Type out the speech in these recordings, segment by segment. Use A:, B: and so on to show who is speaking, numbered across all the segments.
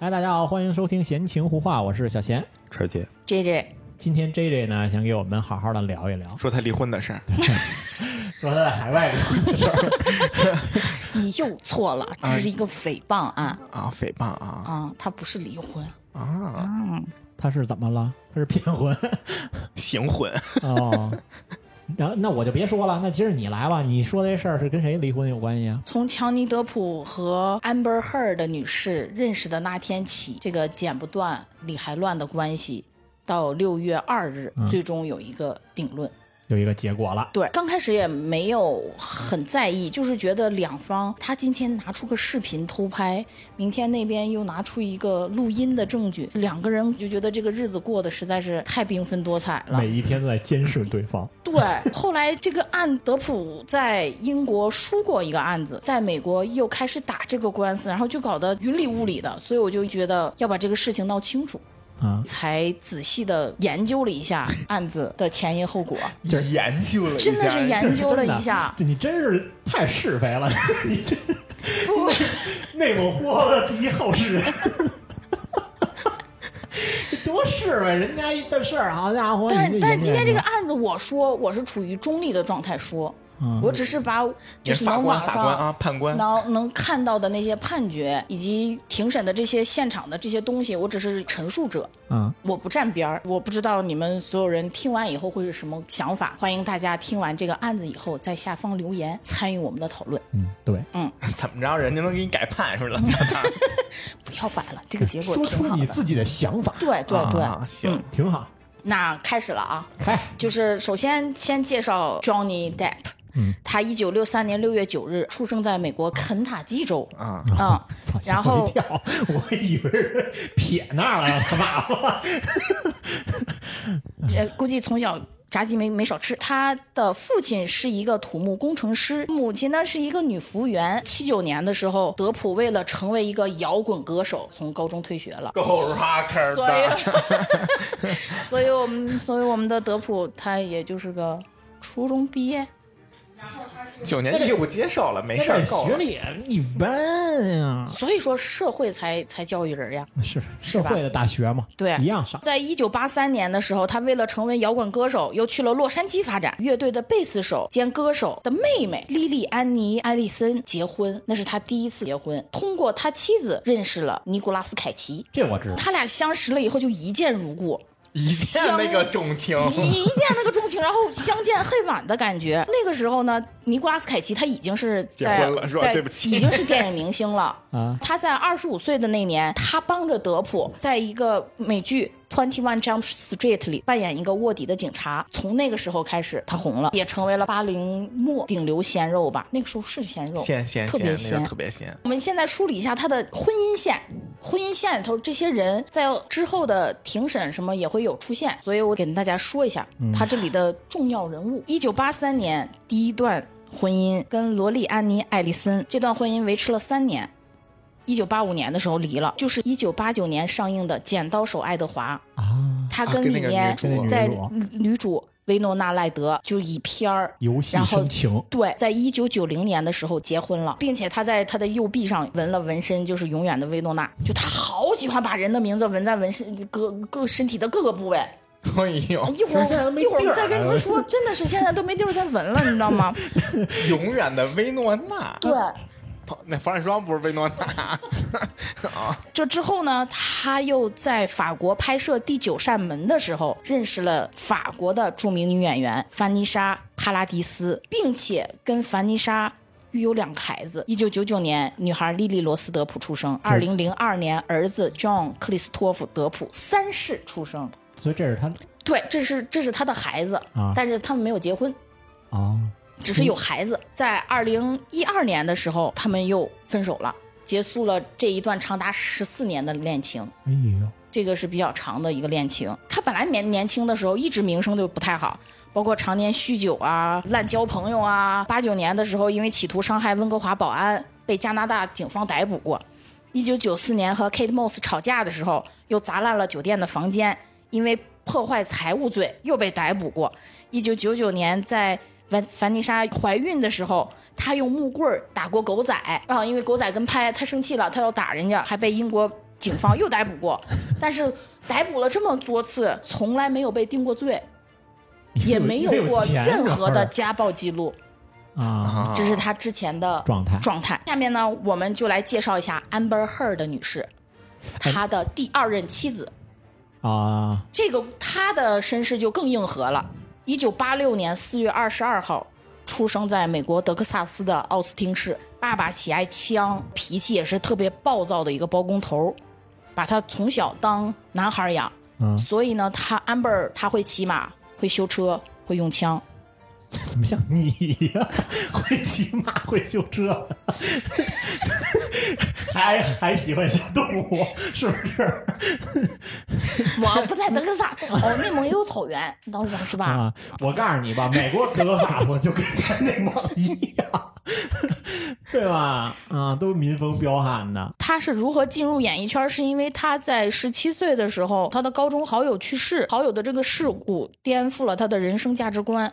A: 哎，大家好，欢迎收听《闲情胡话》，我是小贤。
B: 陈姐
C: J J，
A: 今天 J J 呢，想给我们好好的聊一聊，
B: 说他离婚的事儿，
A: 说他在海外的事儿。
C: 你又错了，这是一个诽谤案
B: 啊，诽谤啊
C: 啊！他不是离婚，
B: 啊，
C: 嗯，
A: 他是怎么了？他是骗婚
B: 行婚，
A: 哦。然后那我就别说了，那今儿你来吧，你说这事儿是跟谁离婚有关系啊？
C: 从乔尼德普和 Amber Heard 的女士认识的那天起，这个剪不断理还乱的关系，到六月二日，
A: 嗯
C: 最终有一个定论。
A: 有一个结果了，
C: 对，刚开始也没有很在意，就是觉得两方他今天拿出个视频偷拍，明天那边又拿出一个录音的证据，两个人就觉得这个日子过得实在是太缤纷多彩了
A: 每。一天都在监视对方。
C: 对，后来这个案德普在英国输过一个案子，在美国又开始打这个官司，然后就搞得云里雾里的，所以我就觉得要把这个事情闹清楚，
A: 啊，
C: 才仔细的研究了一下案子的前因后果，
B: 研究了一下，
C: 真的是研究了一下，
A: 这你真是太是非了， 你这内蒙古的第一好 事人，多是非！人家的事儿，好家伙！
C: 但
A: 你
C: 是但是今天这
A: 研
C: 个
A: 究
C: 案子，我说我是处于中立的状态说，
A: 嗯
C: 我只是把
B: 你
C: 就是是
B: 法
C: 能
B: 官
C: 网
B: 法官
C: 上
B: 啊，判官，
C: 能能看到的那些判决以及庭审的这些现场的这些东西，我只是陈述者。
A: 嗯，
C: 我不站边儿，我不知道你们所有人听完以后会是什么想法。欢迎大家听完这个案子以后，在下方留言参与我们的讨论。
A: 嗯，对，
C: 哎
B: 怎么着，人家能给你改判是吧？
C: 嗯不要摆了，这个结果
A: 说
C: 挺
A: 出
C: 好
A: 你
C: 的。
A: 自己的想法，
C: 对 对对，嗯
B: 啊行，
A: 挺好。
C: 那开始了啊，
A: 开，
C: 就是首先先介绍 Johnny Depp，
A: 嗯，
C: 他一九六三年六月九日出生在美国肯塔基州，
B: 啊，
C: 嗯，
A: 操
C: 然后
A: 吓我一跳，我以为是撇那儿了，他妈了。
C: 呃，估计从小炸鸡没没少吃。他的父亲是一个土木工程师，母亲呢是一个女服务员。七九年的时候，德普为了成为一个摇滚歌手，从高中退学 了。
B: 够 rocker
C: 所以， 所以我们，所以我们的德普他也就是个初中毕业，
B: 九年义务接受了，没事
A: 那
B: 儿，
A: 这
B: 够
A: 学
B: 了。
A: 历一般呀，
C: 所以说社会才才教育人呀。
A: 是社会的大学嘛，
C: 对
A: 一样上。
C: 在一九八三年的时候，他为了成为摇滚歌手，又去了洛杉矶发展。乐队的贝斯手兼歌手的妹妹莉莉安妮·艾利森结婚，那是他第一次结婚。通过他妻子认识了尼古拉斯·凯奇，
A: 这我知道，
C: 他俩相识了以后就一见如故，
B: 一见那个重情，
C: 一见那个钟情，然后相见恨晚的感觉。那个时候呢，尼古拉斯凯奇他已经是在
B: 结婚了是吧
C: 在
B: 对不起
C: 已经是电影明星了
A: 啊。
C: 他在二十五岁的那年，他帮着德普在一个美剧。Twenty One Jump Street 里扮演一个卧底的警察，从那个时候开始，他红了，也成为了八零末顶流鲜肉吧。那个时候是鲜肉，
B: 咸咸
C: 特
B: 咸，
C: 别
B: 那
C: 鲜
B: 个，特别咸。
C: 我们现在梳理一下他的婚姻线。婚姻线里头，这些人在之后的庭审什么也会有出现，所以我给大家说一下
A: 嗯
C: 他这里的重要人物。一九八三年，第一段婚姻跟罗莉安妮·艾利森，这段婚姻维持了三年。一九八五年的时候离了，就是一九八九年上映的《剪刀手爱德华》，
A: 啊，
C: 他
B: 啊
C: 跟
B: 跟
C: 里
B: 那个
C: 面
B: 女主
C: 在
A: 跟那个
C: 女主维诺娜·赖德就以片儿
A: 游戏
C: 然后
A: 生情，
C: 对，在一九九零年的时候结婚了，并且他在他的右臂上纹了纹身，就是永远的薇诺娜。就他好喜欢把人的名字纹在纹身各各身体的各个部位。
B: 哎呦，
C: 一会儿
A: 现在都没
C: 一会儿
A: 地儿
C: 我再跟你
A: 了
C: 们说，真的是现在都没地儿再纹了，你知道 吗？
B: 永远的薇诺娜，
C: 对，
B: 那防晒霜不是薇 诺啊娜，
C: 这之后呢，他又在法国拍摄《第九扇门》的时候，认识了法国的著名女演员凡妮莎·帕拉迪斯，并且跟凡妮莎。育有两个孩子。一九九九年，女孩莉莉·罗斯德普出生；二零零二年，儿子 John 克里斯托弗德普三世出生。
A: 所以这是他
C: 对，这是这是他的孩子，
A: 啊
C: 但是他们没有结婚。
A: 啊，
C: 只是有孩子。在二零一二年的时候，他们又分手了，结束了这一段长达十四年的恋情。
A: 哎呦，
C: 这个是比较长的一个恋情。他本来年年轻的时候一直名声就不太好，包括常年酗酒啊、滥交朋友啊。八九年的时候，因为企图伤害温哥华保安，被加拿大警方逮捕过。一九九四年和 Kate Moss 吵架的时候，又砸烂了酒店的房间，因为破坏财物罪又被逮捕过。一九九九年在凡凡妮莎怀孕的时候，她用木棍儿打过狗仔啊，因为狗仔跟拍，她生气了，她要打人家，还被英国警方又逮捕 过，但是逮捕了这么多次，从来没有被定过罪，也没
A: 有
C: 过
A: 钱啊
C: 任何的
A: 这
C: 家暴记录，
A: 会儿啊
B: 啊
C: 这是他之前的
A: 状态。
C: 状态。下面呢，我们就来介绍一下 Amber Heard 女士，
A: 哎
C: 她的第二任妻子。
A: 啊，
C: 这个她的身世就更硬核了。一九八六年四月二十二号，出生在美国德克萨斯的奥斯汀市，爸爸喜爱枪，脾气也是特别暴躁的一个包工头，把他从小当男孩养。
A: 嗯，
C: 所以呢，他安贝尔他会骑马，会修车，会用枪。
A: 怎么像你呀、 会骑马，会修车， 还还喜欢小动物，是不是？
C: 我不在德 克萨，哦，内蒙也有草原，当时是吧？
A: 啊，我告诉你吧，美国德法斯就跟咱内蒙一样， 对吧？啊，都民风彪悍的。
C: 他是如何进入演艺圈，是因为他在十七岁的时候，他的高中好友去世，好友的这个事故颠覆了他的人生价值观。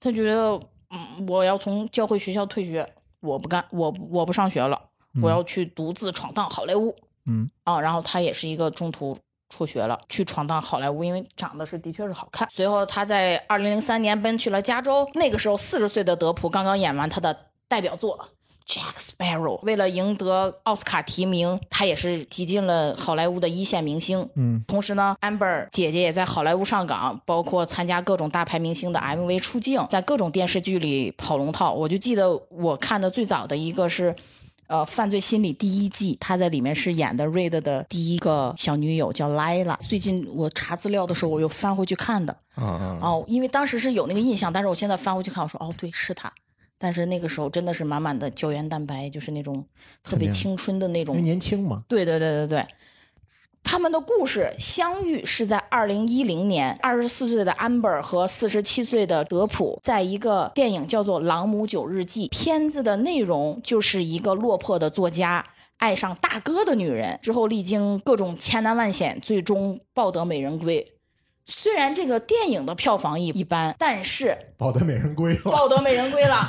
C: 他觉得，嗯，我要从教会学校退学，我不干，我我不上学了，我要去独自闯荡好莱坞。
A: 嗯，
C: 啊，然后他也是一个中途辍学了，去闯荡好莱坞，因为长得是的确是好看。随后他在二零零三年奔去了加州，那个时候四十岁的德普刚刚演完他的代表作。Jack Sparrow 为了赢得奥斯卡提名，他也是挤进了好莱坞的一线明星。
A: 嗯
C: 同时呢，Amber 姐姐也在好莱坞上岗，包括参加各种大牌明星的 MV 出镜，在各种电视剧里跑龙套。我就记得我看的最早的一个是，呃，《犯罪心理》第一季，她在里面是演的 Reid 的第一个小女友，叫 Lila。最近我查资料的时候，我又翻回去看的。
B: 嗯嗯，
C: 哦，因为当时是有那个印象，但是我现在翻回去看，我说哦，对，是他。但是那个时候真的是满满的胶原蛋白，就是那种特别
A: 肯定
C: 青春的那
A: 因为
C: 种
A: 年轻嘛，
C: 对对对对对，他们的故事相遇是在二零一零年，二十四岁的安本和四十七岁的德普，在一个电影叫做《朗姆酒日记》，片子的内容就是一个落魄的作家。爱上大哥的女人之后，历经各种千难万险，最终抱得美人归。虽然这个电影的票房一一般，但是
A: 抱得美人归了。
C: 抱得美人归了。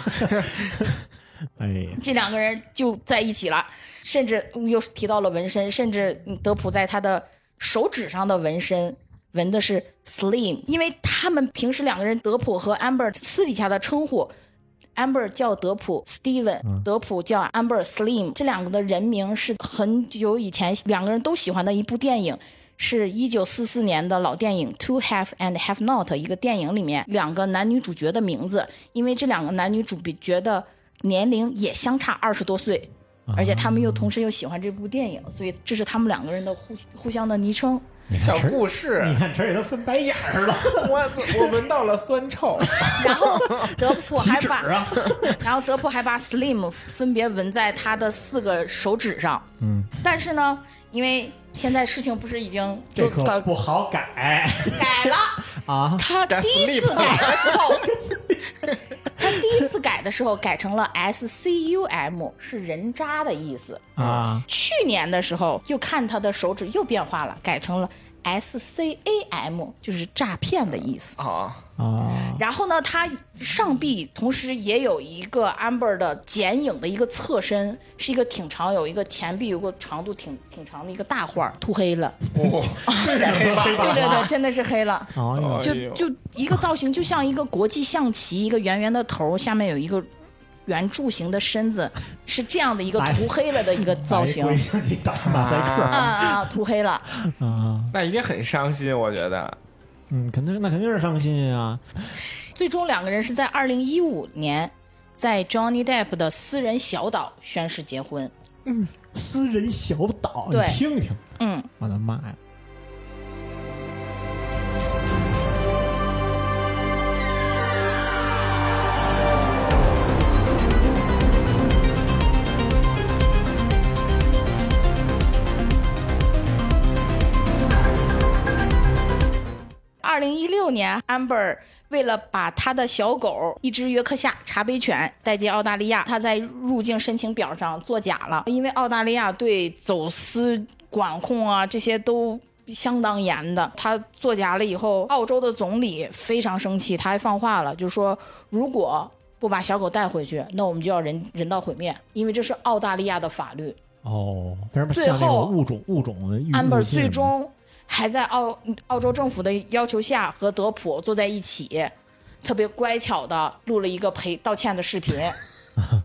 A: 哎呀，
C: 这两个人就在一起了，甚至又提到了纹身，甚至德普在他的手指上的纹身纹的是 Slim，因为他们平时两个人德普和 Amber 私底下的称呼。Amber 叫德普 Steven，、德普叫 Amber Slim，这两个的人名是很久以前两个人都喜欢的一部电影，是一九四四年的老电影《To Have and Have Not》一个电影里面两个男女主角的名字，因为这两个男女主角的年龄也相差二十多岁，而且他们又同时又喜欢这部电影，所以这是他们两个人的互互相的昵称。
A: 你看
B: 小
A: 陈，
B: 故事，
A: 你看陈也都翻白眼儿 了，
B: 我我闻到了酸臭，
C: 然后哦德普
A: 几
C: 还
A: 指
C: 把，
A: 啊？
C: 然后德普还把 Slim 分别纹在他的四个手指上。
A: 嗯，
C: 但是呢，因为现在事情不是已经都
A: 这可
C: 搞
A: 不好改
C: 改了，
A: 啊！
C: 他
B: 改
C: 第一次
B: Slim
C: 改的时 候， 他第一次改的时候改成了 S C U M，是人渣的意思。
A: 啊，
C: 去年的时候，又看他的手指又变化了，改成了 S C A M，就是诈骗的意思。
B: 啊，
A: 啊，
C: 然后呢，他上臂同时也有一个 Amber 的剪影的一个侧身，是一个挺长，有一个前臂有个长度挺挺长的一个大画儿，涂黑了。
B: 我改黑吧，
A: 黑
C: 对对
A: 吧
C: 对，真的是黑了。
A: 哎呦
B: 啊哎
C: 就
B: 呦
C: 就一个造型，就像一个国际象棋，一个圆圆的头，下面有一个圆柱形的身子，是这样的一个
A: 哎
C: 涂黑了的一个造型
A: 哎闺女你打马赛
C: 啊
A: 克
C: 啊，涂黑了。
A: 啊！
B: 哎那一定很伤心，我觉得。
A: 嗯，肯定那肯定是伤心啊！
C: 最终两个人是在二零一五年在 Johnny Depp 的私人小岛宣誓结婚。
A: 私人小岛，你
C: 对
A: 听听，
C: 嗯，
A: 我的妈呀！
C: 二零一六年，Amber 为了把她的小狗一只约克夏茶杯犬带进澳大利亚，她在入境申请表上作假了，因为澳大利亚对走私管控啊这些都。相当严的，她作假了以后，澳洲的总理非常生气，他还放话了，就说如果不把小狗带回去，那我们就要人人道毁灭，因为这是澳大利亚的法律。
A: 哦，为什么
C: 最
A: 像那
C: 后
A: 种物种物种的欲
C: 安倍
A: 物
C: 儿
A: 性
C: 最
A: 的
C: 终还在澳澳洲政府的要求下和德普坐在一起，特别乖巧的录了一个赔道歉的视 频。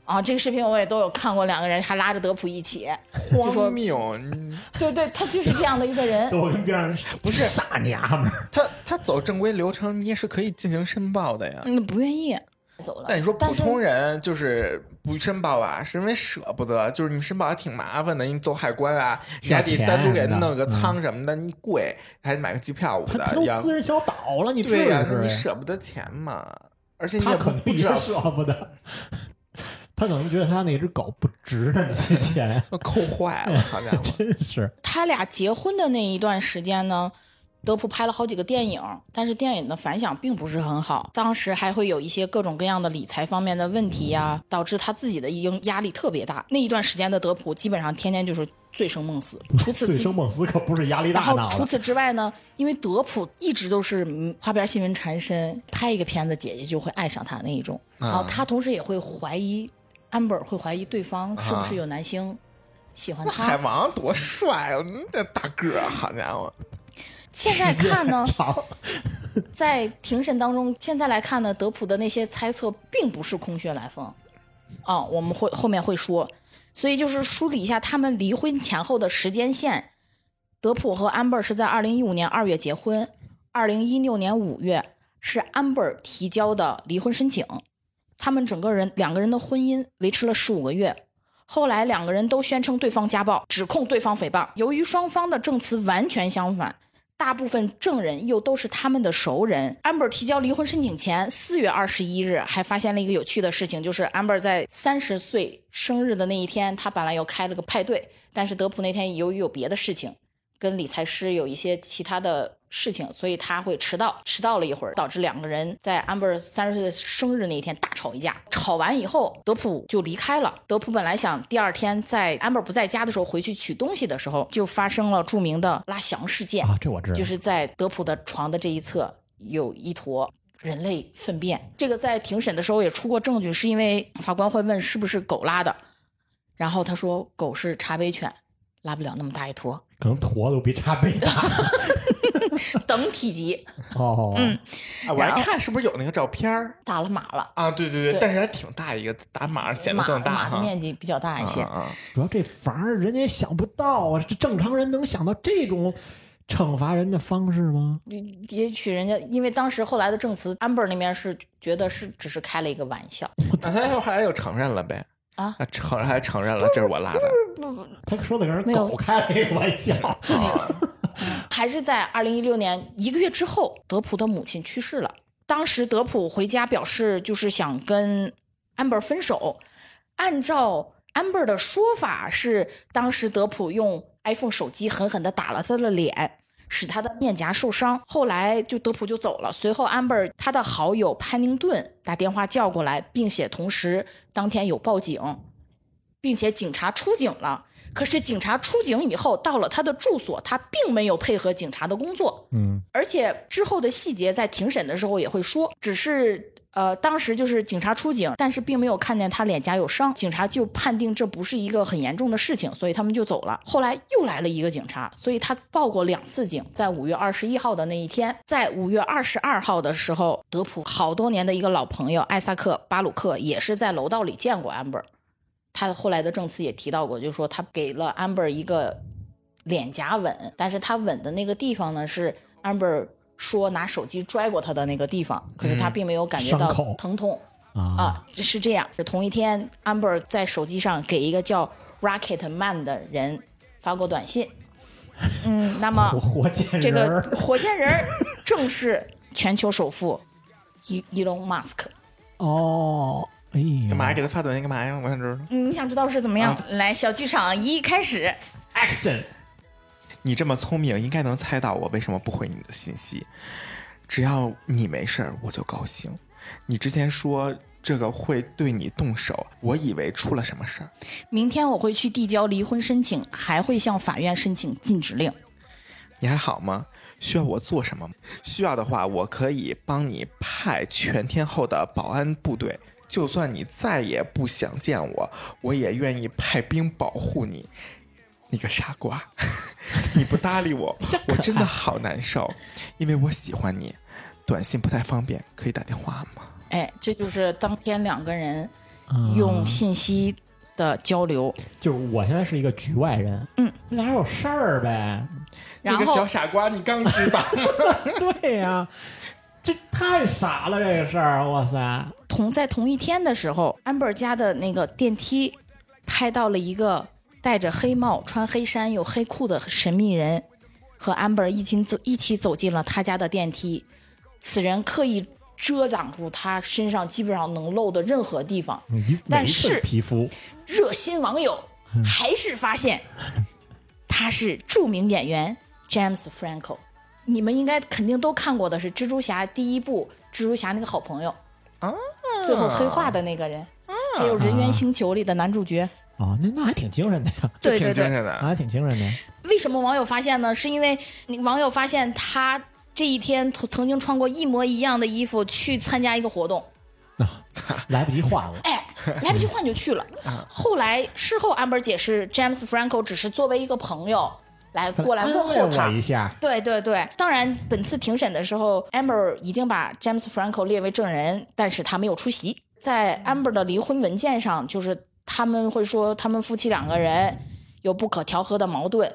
C: 啊，这个视频我也都有看过，两个人还拉着德普一起，就说
B: 荒谬！你
C: 对对，他就是这样的一个人。
A: 都跟边上
B: 不是
A: 傻娘们儿，
B: 他他走正规流程，你也是可以进行申报的呀。
C: 嗯，不愿意走了。
B: 但你说普
C: 是
B: 通人就是不申报啊，是因为舍不得，就是你申报还挺麻烦的，你走海关啊，你还得
A: 钱
B: 单独给
A: 什么的
B: 弄个
A: 嗯
B: 仓什么的，你贵，还得买个机票我
A: 他
B: 的
A: 他，都
B: 要
A: 私人小岛了，你至
B: 对
A: 于
B: 呀、那
A: 不
B: 你
A: 是？
B: 舍不得钱嘛，而且你
A: 他
B: 也不
A: 可能
B: 不知道
A: 也舍不得，他可能觉得他那只狗不值那么些钱，
B: 抠呃坏了，好家伙！
A: 真是
C: 他俩结婚的那一段时间呢，德普拍了好几个电影，但是电影的反响并不是很好。当时还会有一些各种各样的理财方面的问题呀、导致他自己的应压力特别大。那一段时间的德普基本上天天就是醉生梦 死。除此
A: 醉
C: 之
A: 生梦死，可不是压力
C: 然
A: 大
C: 后
A: 闹
C: 除
A: 的。，
C: 此之外呢，因为德普一直都是嗯花边新闻缠身，拍一个片子姐姐就会爱上他那一种。
B: 啊
C: 然后他同时也会怀疑安本会怀疑对方是不是有男星喜欢
B: 那
C: 他
B: 海。王多帅啊！你这大个儿，好家伙！
C: 现在看呢
A: 长
C: 在庭审当中，现在来看呢，德普的那些猜测并不是空穴来风，啊，我们会后面会说，所以就是梳理一下他们离婚前后的时间线。德普和安贝尔是在二零一五年二月结婚，二零一六年五月是安贝尔提交的离婚申请，他们整个人两个人的婚姻维持了十五个月，后来两个人都宣称对方家暴，指控对方诽谤。由于双方的证词完全相反，大部分证人又都是他们的熟人。安贝尔提交离婚申请前，四月二十一日还发现了一个有趣的事情，就是安贝尔在三十岁生日的那一天，他本来又开了个派对，但是德普那天由于有别的事情，跟理财师有一些其他的事情，所以他会迟到，迟到了一会儿，导致两个人在安贝尔三十岁的生日那一天大吵一架。吵完以后，德普就离开了。德普本来想第二天在安贝尔不在家的时候回去取东西的时候，就发生了著名的拉翔事件。
A: 啊，这我知道，
C: 就是在德普的床的这一侧有一坨人类粪便。这个在庭审的时候也出过证据，是因为法官会问是不是狗拉的，然后他说狗是茶杯犬，拉不了那么大一坨，
A: 可能坨都比茶杯大
C: 等体积
A: 哦。
C: 嗯
B: 啊，我还
C: 然后
B: 看是不是有那个照片儿
C: 打了码了，
B: 啊？对对对，
C: 对
B: 但是还挺大一个，打码儿显得
C: 码
B: 更大
C: 码的
B: 哈。
C: 面积比较大一些。
B: 啊啊啊
A: 主要这法儿人家也想不到啊，这正常人能想到这种惩罚人的方式吗？
C: 也许人家因为当时后来的证词，安贝尔那边是觉得是只是开了一个玩笑，
B: 那他后来又承认了呗？
C: 啊，
B: 承认还承认了，这是我拉的。哦
A: 他说的跟
C: 没
A: 人
C: 有
A: 狗开了一个玩笑，
B: 嗯
C: 还是在二零一六年一个月之后，德普的母亲去世了。当时德普回家表示，就是想跟安贝尔分手。按照安贝尔的说法是，当时德普用 iPhone 手机狠狠地打了他的脸，使他的面颊受伤。后来就德普就走了。随后，安贝尔他的好友潘宁顿打电话叫过来，并且同时当天有报警，并且警察出警了。可是警察出警以后，到了他的住所，他并没有配合警察的工作，
A: 嗯，
C: 而且之后的细节在庭审的时候也会说，只是。呃，当时就是警察出警，但是并没有看见他脸颊有伤，警察就判定这不是一个很严重的事情，所以他们就走了。后来又来了一个警察，所以他报过两次警，在五月二十一号的那一天，在五月二十二号的时候，德普好多年的一个老朋友艾萨克·巴鲁克也是在楼道里见过安贝尔，他后来的证词也提到过，就是说他给了安贝尔一个脸颊吻，但是他吻的那个地方呢是安贝尔说拿手机拽过他的那个地方，可是他并没有感觉到
A: 嗯伤口
C: 疼痛、
A: 啊，
C: 啊，这是这样。是同一天，安贝尔在手机上给一个叫 Rocket Man 的人发过短信，嗯，那么
A: 我活见
C: 这
A: 人
C: 个
A: 儿，
C: 火箭人儿正是全球首富伊伊隆马斯克。
A: 哦，哎呀，
B: 干嘛呀给他发短信干嘛呀？我想知道。
C: 你想知道是怎么样？
A: 啊
C: 来，小剧场一开始。
A: ？Action！
B: 你这么聪明，应该能猜到我为什么不回你的信息。只要你没事儿，我就高兴。你之前说这个会对你动手，我以为出了什么事儿。
C: 明天我会去递交离婚申请，还会向法院申请禁止令。
B: 你还好吗？需要我做什么吗？需要的话，我可以帮你派全天候的保安部队就算你再也不想见我，我也愿意派兵保护你。你个傻瓜， 你不搭理我，我真的好难受，因为我喜欢你。短信不太方便，可以打电话吗？
C: 哎，这就是当天两个人
A: 嗯
C: 用信息的交流，
A: 就是我现在是一个局外人，
C: 嗯，
A: 俩人有事儿呗，
C: 然
B: 你个小
C: 后
B: 傻瓜，你刚知 道。
A: 对呀、这太傻了，这个事儿，哇塞，
C: 同在同一天的时候，安贝尔家的那个电梯拍到了一个戴着黑帽、穿黑衫有黑裤的神秘人，和安贝尔一起走一起走进了他家的电梯。此人刻意遮挡住他身上基本上能露的任何地方，
A: 你
C: 但是
A: 哪一份皮肤
C: 热心网友还是发现他是著名演员 James Franco。你们应该肯定都看过的是《蜘蛛侠》第一部，蜘蛛侠那个好朋友
B: 啊，
C: 最后黑化的那个人，还有《人猿星球》里的男主角。
A: 哦，那那还挺精神的呀，
C: 对
B: 挺
C: 对
B: 精
C: 对，
B: 神的。
A: 还挺精神的，
C: 为什么网友发现呢？是因为你网友发现他这一天曾曾经穿过一模一样的衣服去参加一个活动，
A: 啊来不及换了，
C: 哎，来不及换就去了。后来事后，安本解释，James Franco 只是作为一个朋友来过来问候
A: 安慰我
C: 他
A: 一。下，
C: 对对对，当然，本次庭审的时候，Amber 已经把 James Franco 列为证人，但是他没有出席。在 Amber 的离婚文件上，就是他们会说他们夫妻两个人有不可调和的矛盾，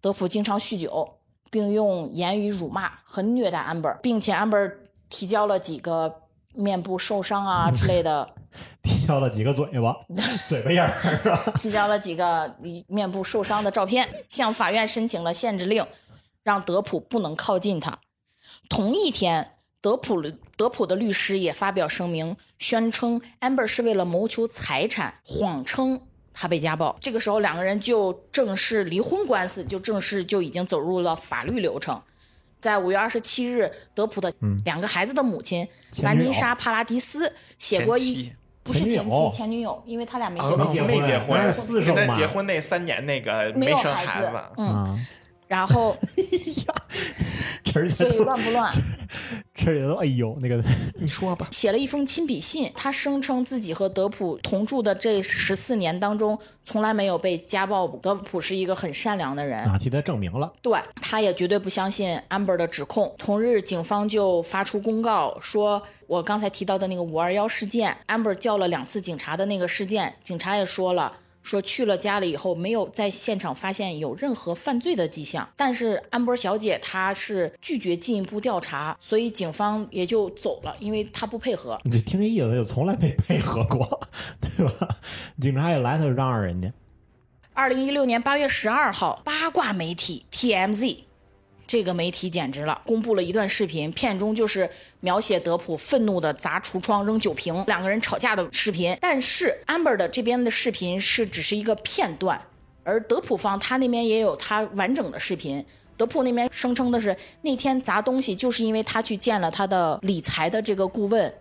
C: 德普经常酗酒，并用言语辱骂和虐待 Amber，并且 Amber 提交了几个面部受伤啊之类的
A: 提交了几个嘴巴， 嘴巴印儿是吧？
C: 提交了几个面部受伤的照片，向法院申请了限制令，让德普不能靠近他。同一天，德普德普的律师也发表声明，宣称 Amber 是为了谋求财产，谎称他被家暴。这个时候，两个人就正式离婚官司就正式就已经走入了法律流程。在五月二十七日，德普的两个孩子的母亲
A: 嗯前
C: 凡
A: 女友
C: 妮莎·帕拉迪斯写过
B: 前
C: 一
B: 妻
C: 不是前
A: 前女
C: 妻
A: 友
C: 前女友，因为他俩没结
B: 哦
C: 婚。
A: 没结婚
B: 没结
A: 那
B: 婚，
A: 是私
B: 跟
A: 生
B: 他
A: 嘛
B: 结婚那三年那个
C: 没有
B: 生
C: 孩
B: 孩
C: 子
B: 子，
C: 嗯
A: 啊，
C: 然后
A: 这
C: 所
A: 些
C: 以
A: 都
C: 乱不乱？
A: 这些都哎呦那个
C: 嗯
B: 你说吧。
C: 写了一封亲笔信，他声称自己和德普同住的这十四年当中，从来没有被家暴过。德普是一个很善良的人，
A: 啊，替他证明了，
C: 对，他也绝对不相信 Amber 的指控。同日，警方就发出公告说，我刚才提到的那个五二幺事件，Amber 叫了两次警察的那个事件，警察也说了。说去了家里以后，没有在现场发现有任何犯罪的迹象，但是安波小姐她是拒绝进一步调查，所以警方也就走了，因为她不配合。
A: 你就听这意思就从来没配合过， 对吧？警察一来他就嚷嚷人家，
C: 二零一六年八月十二号，八卦媒体 TMZ 这个媒体简直了，公布了一段视频，片中就是描写德普愤怒的砸橱窗、扔酒瓶，两个人吵架的视频。但是 Amber 的这边的视频是只是一个片段，而德普方他那边也有他完整的视频。德普那边声称的是那天砸东西，就是因为他去见了他的理财的这个顾问，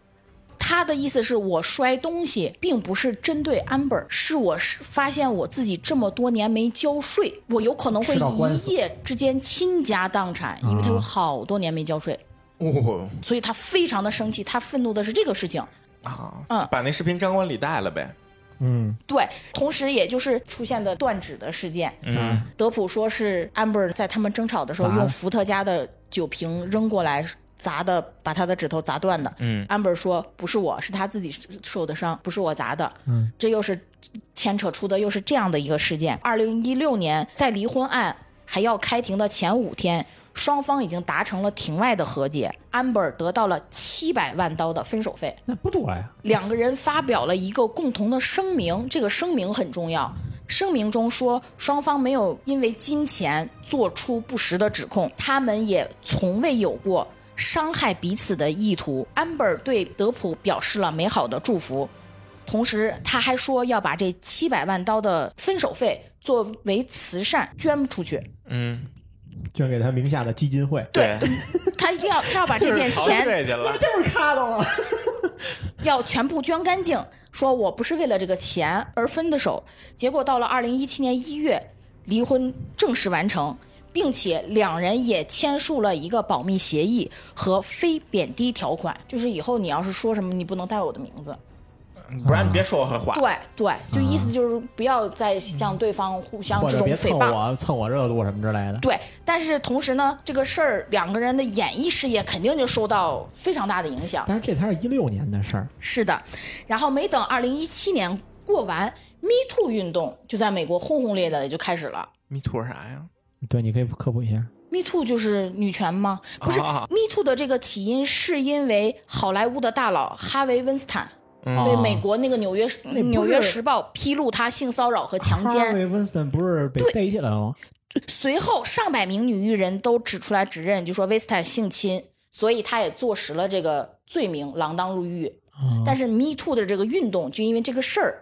C: 他的意思是我摔东西，并不是针对 Amber，是我是发现我自己这么多年没交税，我有可能会
A: 吃到官司
C: 一夜之间倾家荡产，因为他有好多年没交税，
B: 哦
C: 所以他非常的生气，他愤怒的是这个事情。
B: 啊，
C: 嗯
B: 把那视频张冠李戴了呗。
A: 嗯，
C: 对，同时也就是出现的断指的事件。
B: 嗯，
C: 德普说是 Amber 在他们争吵的时候
A: 砸
C: 用伏特加的酒瓶扔过来砸的，把他的指头砸断的。
B: 嗯
C: ，Amber 说不是我，是他自己受的伤，不是我砸的。
A: 嗯，
C: 这又是牵扯出的又是这样的一个事件。二零一六年在离婚案还要开庭的前五天。双方已经达成了庭外的和解，Amber 得到了七百万刀的分手费，
A: 那不多呀，
C: 两个人发表了一个共同的声明，这个声明很重要。声明中说，双方没有因为金钱做出不实的指控，他们也从未有过伤害彼此的意图。安本对德普表示了美好的祝福，同时他还说要把这七百万刀的分手费作为慈善捐出去，
B: 嗯，
A: 捐给他名下的基金会，
B: 对，
C: 他一定要他要把这
B: 就是
C: 件
B: 逃
C: 钱
B: 税去了。
A: 就是看了吗？
C: 要全部捐干净，说我不是为了这个钱而分的手。结果到了二零一七年一月，离婚正式完成，并且两人也签署了一个保密协议和非贬低条款，就是以后你要是说什么，你不能带我的名字。
B: 不然你别说我坏话。
C: 对对，就意思就是不要再向对方互相
A: 或
C: 这
A: 者
C: 种
A: 别
C: 诽
A: 蹭
C: 谤。
A: 我蹭我热度什么之类的。
C: 对，但是同时呢，这个事儿两个人的演艺事业肯定就受到非常大的影响。
A: 但是这才是一六年的事儿，
C: 是的，然后没等二零一七年过完，Me Too 运动就在美国轰轰烈烈的就开始了。
B: Me too 是啥呀？
A: 对，你可以科普一下。
C: Me Too 就是女权吗？不是、
B: 啊
C: m e Too 的这个起因是因为好莱坞的大佬哈维·温斯坦
B: 嗯
C: 被美国那个纽约、
A: 是
C: 纽约时报披露他性骚扰和强
A: 啊哈
C: 奸，
A: 维·温斯顿不是被逮起来了吗？
C: 随后上百名女艺人都指出来指认，就说威斯坦性侵，所以他也坐实了这个罪名，锒铛入狱。
A: 啊
C: 但是 Me Too 的这个运动就因为这个事儿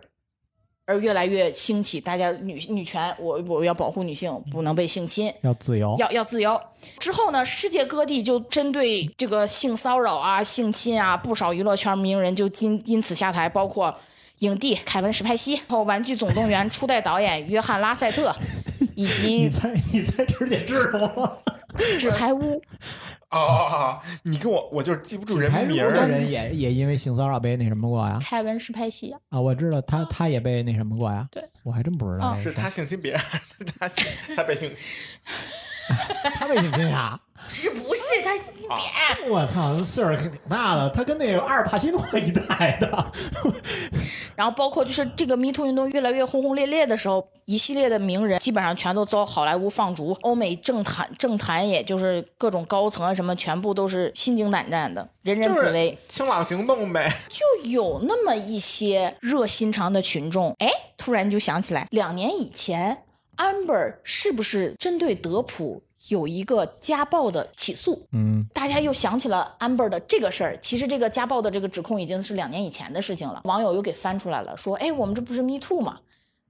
C: 而越来越兴起，大家女女权，我我要保护女性，不能被性侵。
A: 要自由，
C: 要要自由。之后呢，世界各地就针对这个性骚扰啊、性侵啊，不少娱乐圈名人就因因此下台，包括影帝凯文·史派西，然后《玩具总动员》初代导演约翰·拉塞特，以
A: 你
C: 及
A: 猜你猜指点知道吗？
C: 纸牌屋。
B: 哦哦哦！你跟我，我就是记不住人
A: 还
B: 名
A: 有的
B: 儿。
A: 人也也因为性骚扰被那什么过呀？
C: 凯文·史派西啊，
A: 啊，我知道他他也被那什么过呀？
C: 对，
A: 我还真不知道
C: 啊
A: 这
B: 是
A: 个事儿。
B: 他性侵别人， 还是他性他被性侵？
A: 他被性 侵呀？
C: 是不是他？你别。
A: 啊我操，岁数挺大的，他跟那个阿尔帕西诺一代的。
C: 然后包括就是这个 Me Too 运动越来越轰轰烈烈的时候，一系列的名人基本上全都遭好莱坞放逐，欧美政坛政坛也就是各种高层啊什么，全部都是心惊胆战的，人人
B: 就
C: 自危
B: 是。清朗行动呗。
C: 就有那么一些热心肠的群众，哎，突然就想起来，两年以前，Amber 是不是针对德普有一个家暴的起诉？
A: 嗯，
C: 大家又想起了 Amber 的这个事儿。其实这个家暴的这个指控已经是两年以前的事情了，网友又给翻出来了，说，哎，我们这不是 Me Too 吗？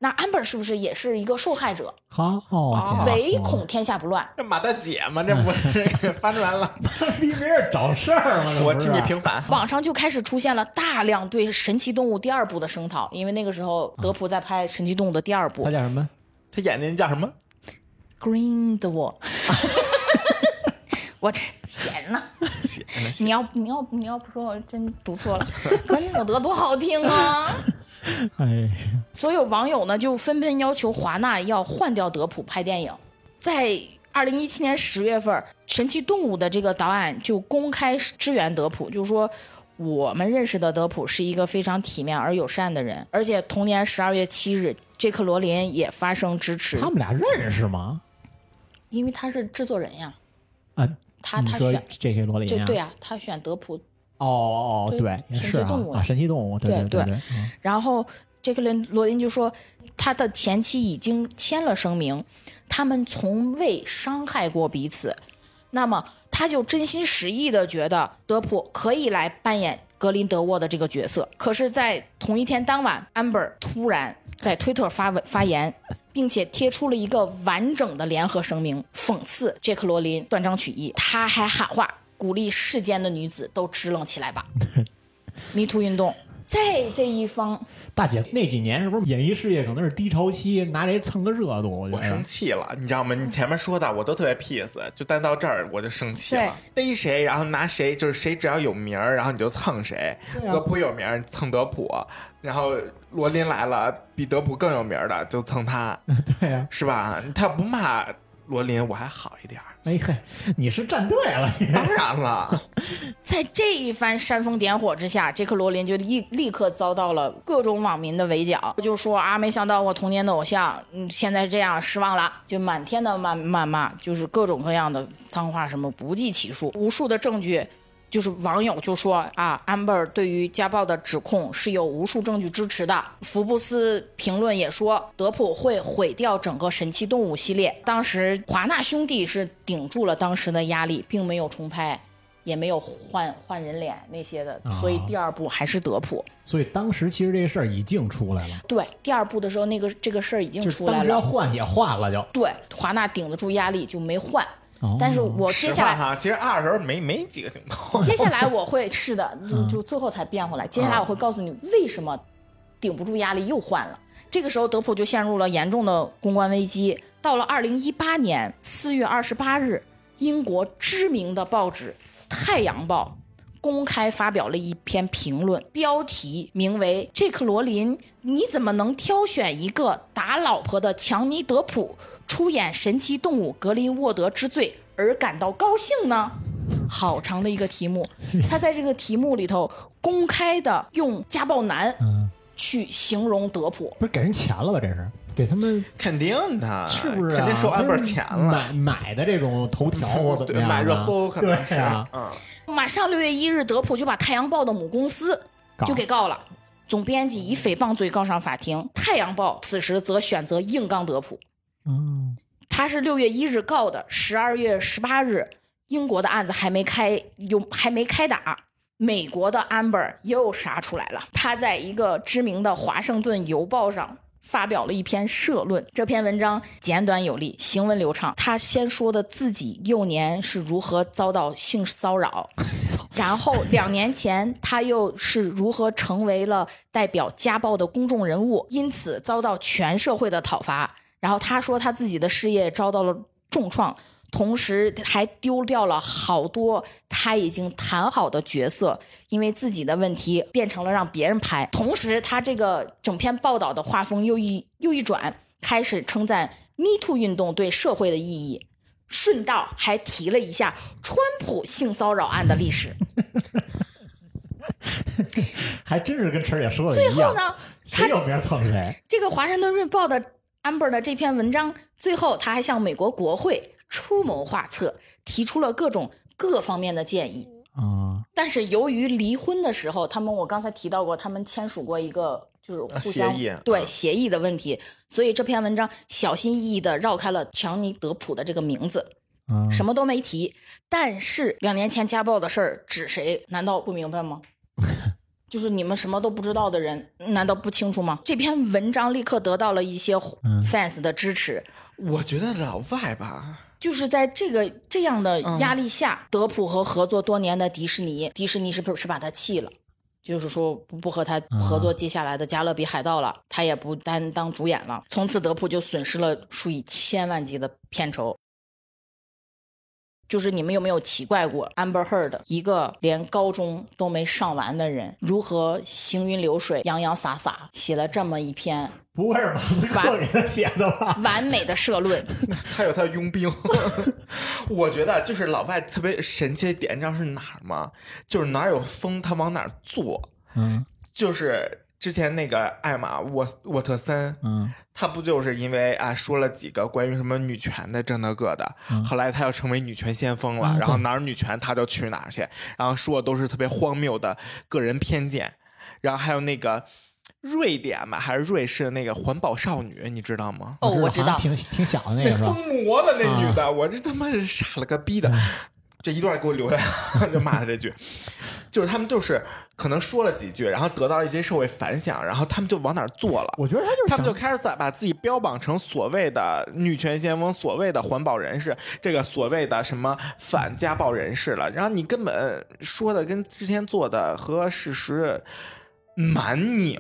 C: 那 Amber 是不是也是一个受害者？
A: 好家伙，
C: 哦唯 恐天下不乱。
B: 这马大姐嘛，这 不是翻出来 了？
A: 逼别人找事儿吗？这
B: 我
A: 不
B: 替
A: 是
B: 你平反。
C: 网上就开始出现了大量对《神奇动物》第二部的声讨，因为那个时候德普在拍《神奇动物》的第二部
A: 他。叫 什么？
B: 他演的人叫什么？
C: Green the wall，我这闲呢。
B: 写的
C: 你要你要你要不说，我真读错了。格林有德多好听啊！
A: 哎，
C: 所有网友呢就纷纷要求华纳要换掉德普拍电影。在二零一七年十月份，《神奇动物》的这个导演就公开支援德普，就说我们认识的德普是一个非常体面而友善的人。而且同年十二月七日，杰克·罗林也发声支持
A: 他，们俩认识吗？
C: 因为他是制作人呀，
A: 啊，
C: 他
A: 你
C: 他
A: 说
C: 选
A: J.K. 罗琳
C: 就
A: 啊？
C: 对啊，他选德普，
A: 哦哦哦，
C: 对
A: 对，也
C: 神
A: 是
C: 奇
A: 啊
C: 动物
A: 啊，神奇动物，对
C: 对
A: 对
C: 对
A: 对，嗯
C: 然后杰克伦罗琳就说，他的前妻已经签了声明，他们从未伤害过彼此。那么他就真心实意的觉得德普可以来扮演格林德沃的这个角色。可是，在同一天当晚，Amber 突然在推特发文发言，并且贴出了一个完整的联合声明，讽刺杰克罗琳断章取义。他还喊话鼓励世间的女子都支棱起来吧。迷途运动在这一方
A: 大姐那几年是不是演艺事业可能是低潮期，拿这蹭个热度？我觉
B: 我生
A: 得
B: 气了，你知道吗？你前面说的我都特别 peace，就但到这儿我就生气了。逮谁，然后拿谁，就是谁只要有名儿，然后你就蹭谁。
A: 啊
B: 德普有名儿蹭德普，然后罗琳来了，比德普更有名儿的就蹭 他，
A: 对啊呀，
B: 是吧？他要不骂罗琳，我还好一 点儿。
A: 哎嘿，你是站对了，你
B: 当然了，
C: 在这一番煽风点火之下，杰克罗琳就立立刻遭到了各种网民的围剿，就说啊，没想到我童年的偶像，嗯，现在这样，失望了，就满天的谩谩骂，就是各种各样的脏话，什么不计其数，无数的证据。就是网友就说啊，Amber 对于家暴的指控是有无数证据支持的。福布斯评论也说，德普会毁掉整个神奇动物系列。当时华纳兄弟是顶住了当时的压力，并没有重拍，也没有换换人脸那些的，所以
A: 啊
C: 第二部还是德普。
A: 所以当时其实这事儿已经出来了，
C: 对，第二部的时候，那个这个事儿已经
A: 就是
C: 出来
A: 当时要
C: 了。
A: 换也换了就。
C: 对，华纳顶得住压力就没换。
A: 哦
C: 但是我接
B: 实
C: 下
B: 话
C: 来。
B: 哈，其实二的时候没没几个镜头。
C: 接下来我会是的，就就最后才变回来。接下来我会告诉你为什么顶不住压力又换了。这个时候，德普就陷入了严重的公关危机。到了二零一八年四月二十八日，英国知名的报纸《太阳报》公开发表了一篇评论，标题名为《这克罗琳，你怎么能挑选一个打老婆的强尼德普出演神奇动物格林沃德之罪而感到高兴呢？》好长的一个题目，他在这个题目里头公开的用家暴男
A: 嗯，
C: 去形容德普，
A: 不是给人钱了吧？这是给他们
B: 肯定的，
A: 是不是、
B: 呃
A: 啊？
B: 肯定收安倍
A: 不是
B: 钱了。
A: 买买的这种 头条或怎么
B: 对，
A: 样啊？
B: 买热搜可能是，
A: 对啊，
B: 嗯，
C: 马上六月一日，德普就把《太阳报》的母公司
A: 搞
C: 就给告了。总编辑以诽谤罪告上法庭，《太阳报》此时则选择硬刚德普。
A: 嗯，
C: 他是六月一日告的，十二月十八日，英国的案子还没开，有还没开打。美国的 Amber 又杀出来了，他在一个知名的《华盛顿邮报》上发表了一篇社论。这篇文章简短有力，行文流畅。他先说的自己幼年是如何遭到性骚扰，然后两年前他又是如何成为了代表家暴的公众人物，因此遭到全社会的讨伐。然后他说他自己的事业遭到了重创，同时还丢掉了好多他已经谈好的角色，因为自己的问题变成了让别人拍。同时，他这个整篇报道的画风又一又一转，开始称赞 Me Too 运动对社会的意义。顺道还提了一下川普性骚扰案的历 史。
A: 还真是跟晨儿也说的一
C: 最
A: 样。
C: 后呢，他
A: 谁有名蹭谁？
C: 这个《华盛顿日报》的 Amber 的这篇文章，最后他还向美国国会出谋划策，提出了各种各方面的建议。
A: 啊，
C: 但是由于离婚的时候，他们我刚才提到过，他们签署过一个就是互相
B: 啊协议
C: 对
B: 嗯
C: 协议的问题，所以这篇文章小心翼翼的绕开了强尼德普的这个名字，
A: 嗯
C: 什么都没提。但是两年前家暴的事儿指谁？难道不明白 吗？就是你们什么都不知道的人，难道不清楚吗？这篇文章立刻得到了一些
A: 嗯
C: fans 的支持，
B: 我觉得老外吧，
C: 就是在这个这样的压力下，德普和合作多年的迪士尼，迪士尼是不是把他弃了？就是说不不和他合作接下来的《加勒比海盗》了，他也不担当主演了。从此德普就损失了数以千万计的片酬。就是你们有没有奇怪过 Amber Heard 一个连高中都没上完的人，如何行云流水、洋洋洒洒写了这么一篇
A: 不会是马斯克给他写的 吧？
C: 完美的社论？
B: 他有他的佣兵。 我觉得就是老外特别神奇的点，你知道是哪儿吗？就是哪儿有风，他往哪儿坐。
A: 嗯
B: 就是之前那个艾玛沃沃特森，
A: 嗯
B: 她不就是因为啊说了几个关于什么女权的这那个的，后来她要成为女权先锋了，
A: 嗯
B: 然后
A: 对
B: 哪儿女权她就去哪儿去，然后说的都是特别荒谬的个人偏见，然后还有那个瑞典吧还是瑞士的那个环保少女，你知道吗？
C: 哦，我知
A: 好像
C: 道，
A: 挺挺小的
B: 那
A: 那个是吧？啊嗯
B: 疯魔了，那女的，我这他妈是傻了个逼的，这一段给我留下 来，就骂他这句，就是他们就是可能说了几句，然后得到一些社会反响，然后他们就往哪儿做了。
A: 我觉得他就是
B: 他们
A: 想
B: 就开始在把自己标榜成所谓的女权先锋、所谓的环保人士、这个所谓的什么反家暴人士了。然后你根本说的跟之前做的和事实蛮拧，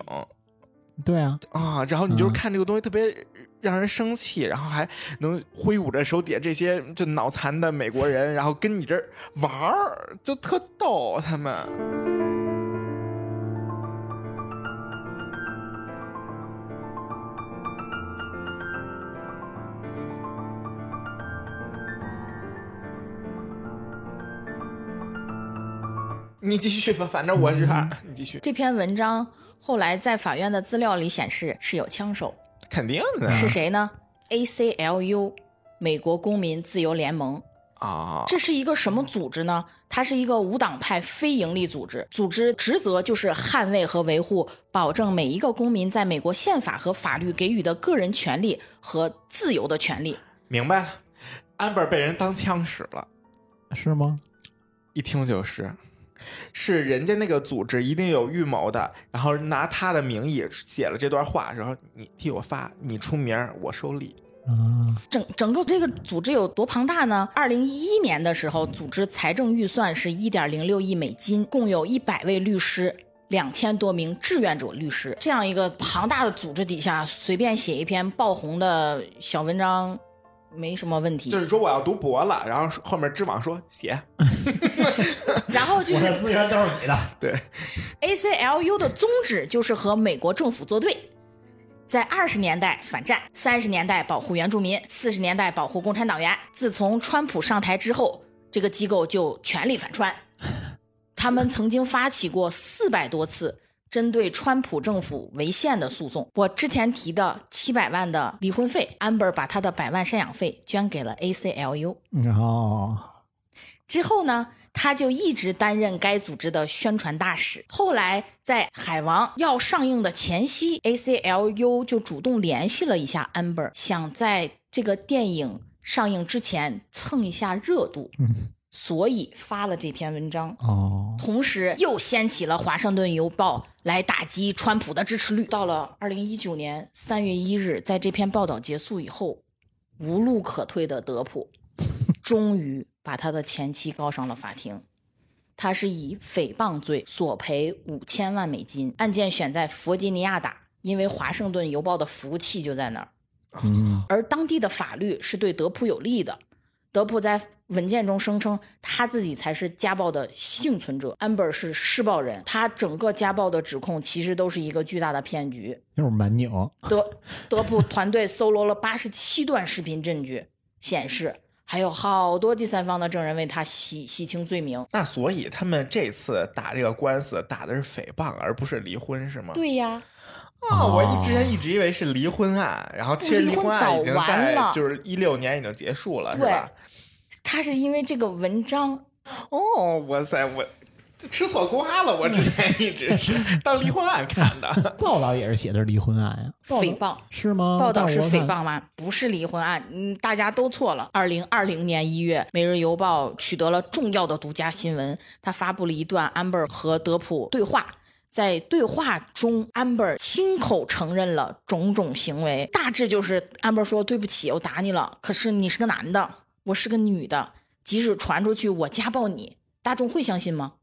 A: 对啊，
B: 啊，然后你就是
A: 嗯
B: 看这个东西特别让人生气，然后还能挥舞着手底下这些就脑残的美国人，然后跟你这儿玩儿，就特逗他们。你继续吧，反正我是、
C: 嗯
B: 你继续，
C: 这篇文章后来在法院的资料里显示是有枪手，
B: 肯定的
C: 是谁呢？ACLU，美国公民自由联盟。
B: 啊，
C: 这是一个什么组织呢？它是一个无党派非营利组织，组织职责就是捍卫和维护，保证每一个公民在美国宪法和法律给予的个人权利和自由的权利。
B: 明白了，安本被人当枪使了，
A: 是吗？
B: 一听就是，是人家那个组织一定有预谋的，然后拿他的名义写了这段话，然后你替我发，你出名儿，我收礼。
A: 嗯，
C: 整整个这个组织有多庞大呢？二零一一年的时候，组织财政预算是一点零六亿美金，共有一百位律师。两千多名志愿者律师，这样一个庞大的组织底下，随便写一篇爆红的小文章，没什么问题
B: 就。是说我要读博了，然后后面知网说写，
C: 然后就
A: 我
C: 是
A: 的资源都是你的，
B: 对，
C: ACLU 的宗旨就是和美国政府作对，在二十年代反战，三十年代保护原住民，四十年代保护共产党员。自从川普上台之后，这个机构就全力反川。他们曾经发起过四百多次针对川普政府违宪的诉讼。我之前提的七百万的离婚费，安本把他的百万赡养费捐给了 ACLU。
A: 然后
C: 之后呢，他就一直担任该组织的宣传大使。后来在《海王》要上映的前夕，ACLU 就主动联系了一下 Amber，想在这个电影上映之前蹭一下热度，所以发了这篇文章。
A: 哦，
C: 同时又掀起了《华盛顿邮报》来打击川普的支持率。到了二零一九年三月一日，在这篇报道结束以后，无路可退的德普终于把他的前妻告上了法庭。他是以诽谤罪索赔五千万美金，案件选在弗吉尼亚打，因为《华盛顿邮报》的服务器就在那儿。
A: 嗯，
C: 而当地的法律是对德普有利的。德普在文件中声称他自己才是家暴的幸存者，Amber 是施暴人。他整个家暴的指控其实都是一个巨大的骗局。
A: 就是蛮拧，
C: 德 德普团队搜罗了八十七段视频证据，显示还有好多第三方的证人为他洗洗清罪名。
B: 那所以他们这次打这个官司打的是诽谤，而不是离婚，是吗？
C: 对呀，
B: 啊、我
A: 哦
B: 一之前一直以为是离婚案，然后其实
C: 离
B: 离
C: 婚
B: 婚
C: 早
B: 案已经
C: 完了
B: 在就是一六年已经结束了，是
C: 对
B: 吧？
C: 他是因为这个文章
B: 哦，哇塞，我吃错瓜了，我之前一直是当离婚案看的。
A: 报道也是写的是离婚案呀，报道
C: 诽谤。
A: 是吗？
C: 报道
A: 哦但
C: 是
A: 我
C: 诽
A: 看，
C: 谤吗？不是离婚案，嗯，大家都错了。二零二零年一月，《每日邮报》取得了重要的独家新闻，他发布了一段安 m 和德普对话。在对话中，安 m 亲口承认了种种行为，大致就是安 m 说：“对不起，我打你了。可是你是个男的，我是个女的，即使传出去我家暴你，大众会相信吗？”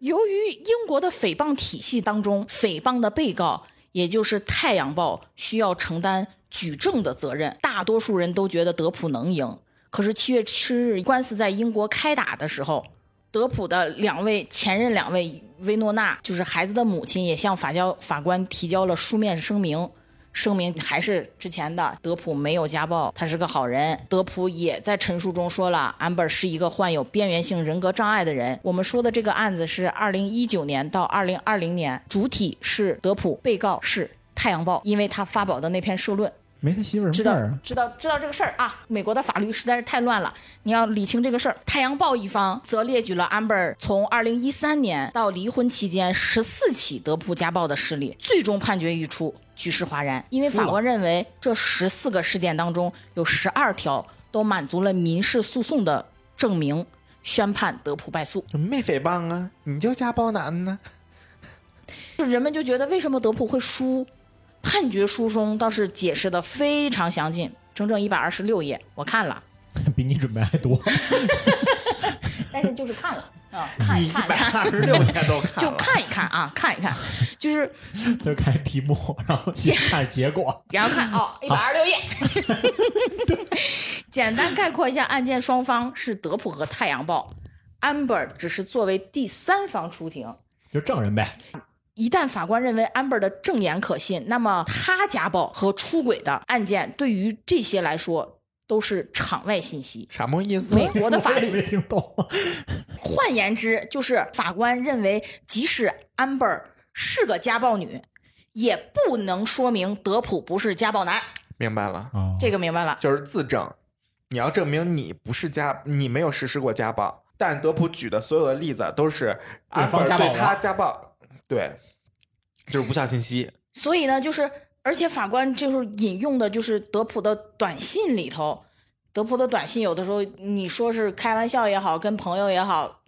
C: 由于英国的诽谤体系当中，诽谤的被告，也就是《太阳报》，需要承担举证的责任。大多数人都觉得德普能赢，可是七月七日官司在英国开打的时候，德普的两位前任两位薇诺娜，就是孩子的母亲，也向法教法官提交了书面声明。声明还是之前的，德普没有家暴，他是个好人。德普也在陈述中说了，安 m 是一个患有边缘性人格障碍的人。我们说的这个案子是二零一九年到二零二零年，主体是德普，被告是《太阳报》，因为他发表的那篇社论。
A: 没他媳妇儿
C: 知
A: 什么事
C: 道
A: 儿啊？
C: 知道知道这个事儿啊！美国的法律实在是太乱了，你要理清这个事儿。《太阳报》一方则列举了 Amber 从2013年到离婚期间十四起德普家暴的事例，最终判决一出，举世哗然，因为法官认为这十四个事件当中有十二条都满足了民事诉讼的证明，宣判德普败诉。
B: 没诽谤啊，你就家暴男呢？
C: 就人们就觉得为什么德普会输？判决书中倒是解释的非常详尽，整整一百二十六页，我看了。
A: 比你准备还多，
C: 但是就是看了 啊，看
B: 你
C: 一
B: 一
C: 看
B: 百
C: 看，
B: 二十六天都看
C: 就
B: 了，
C: 看一看啊，看一看，就是
A: 就是看题目，然后先看结果。
C: 然后看哦， 一百二十六页。 简单概括一下，案件双方是德普和太阳报，Amber 只是作为第三方出庭。
A: 就证人呗，
C: 一旦法官认为 Amber 的证言可信，那么他家暴和出轨的案件对于这些来说都是场外信息。
B: 什么意思？
C: 美国的法
A: 我也
C: 律
A: 没听懂。
C: 换言之，就是法官认为，即使 Amber 是个家暴女，也不能说明德普不是家暴男。
B: 明白了，
A: 哦
C: 这个明白了。
B: 就是自证，你要证明你不是家，你没有实施过家暴。但德普举的所有的例子都是
A: 对
B: 安
A: 方
B: 本
A: 家暴
B: 对他
A: 了
B: 啊家暴，对，就是无效信息。
C: 所以呢，就是而且法官就是引用的就是德普的短信里头，德普的短信有的时候你说是开玩笑也好，跟朋友也好，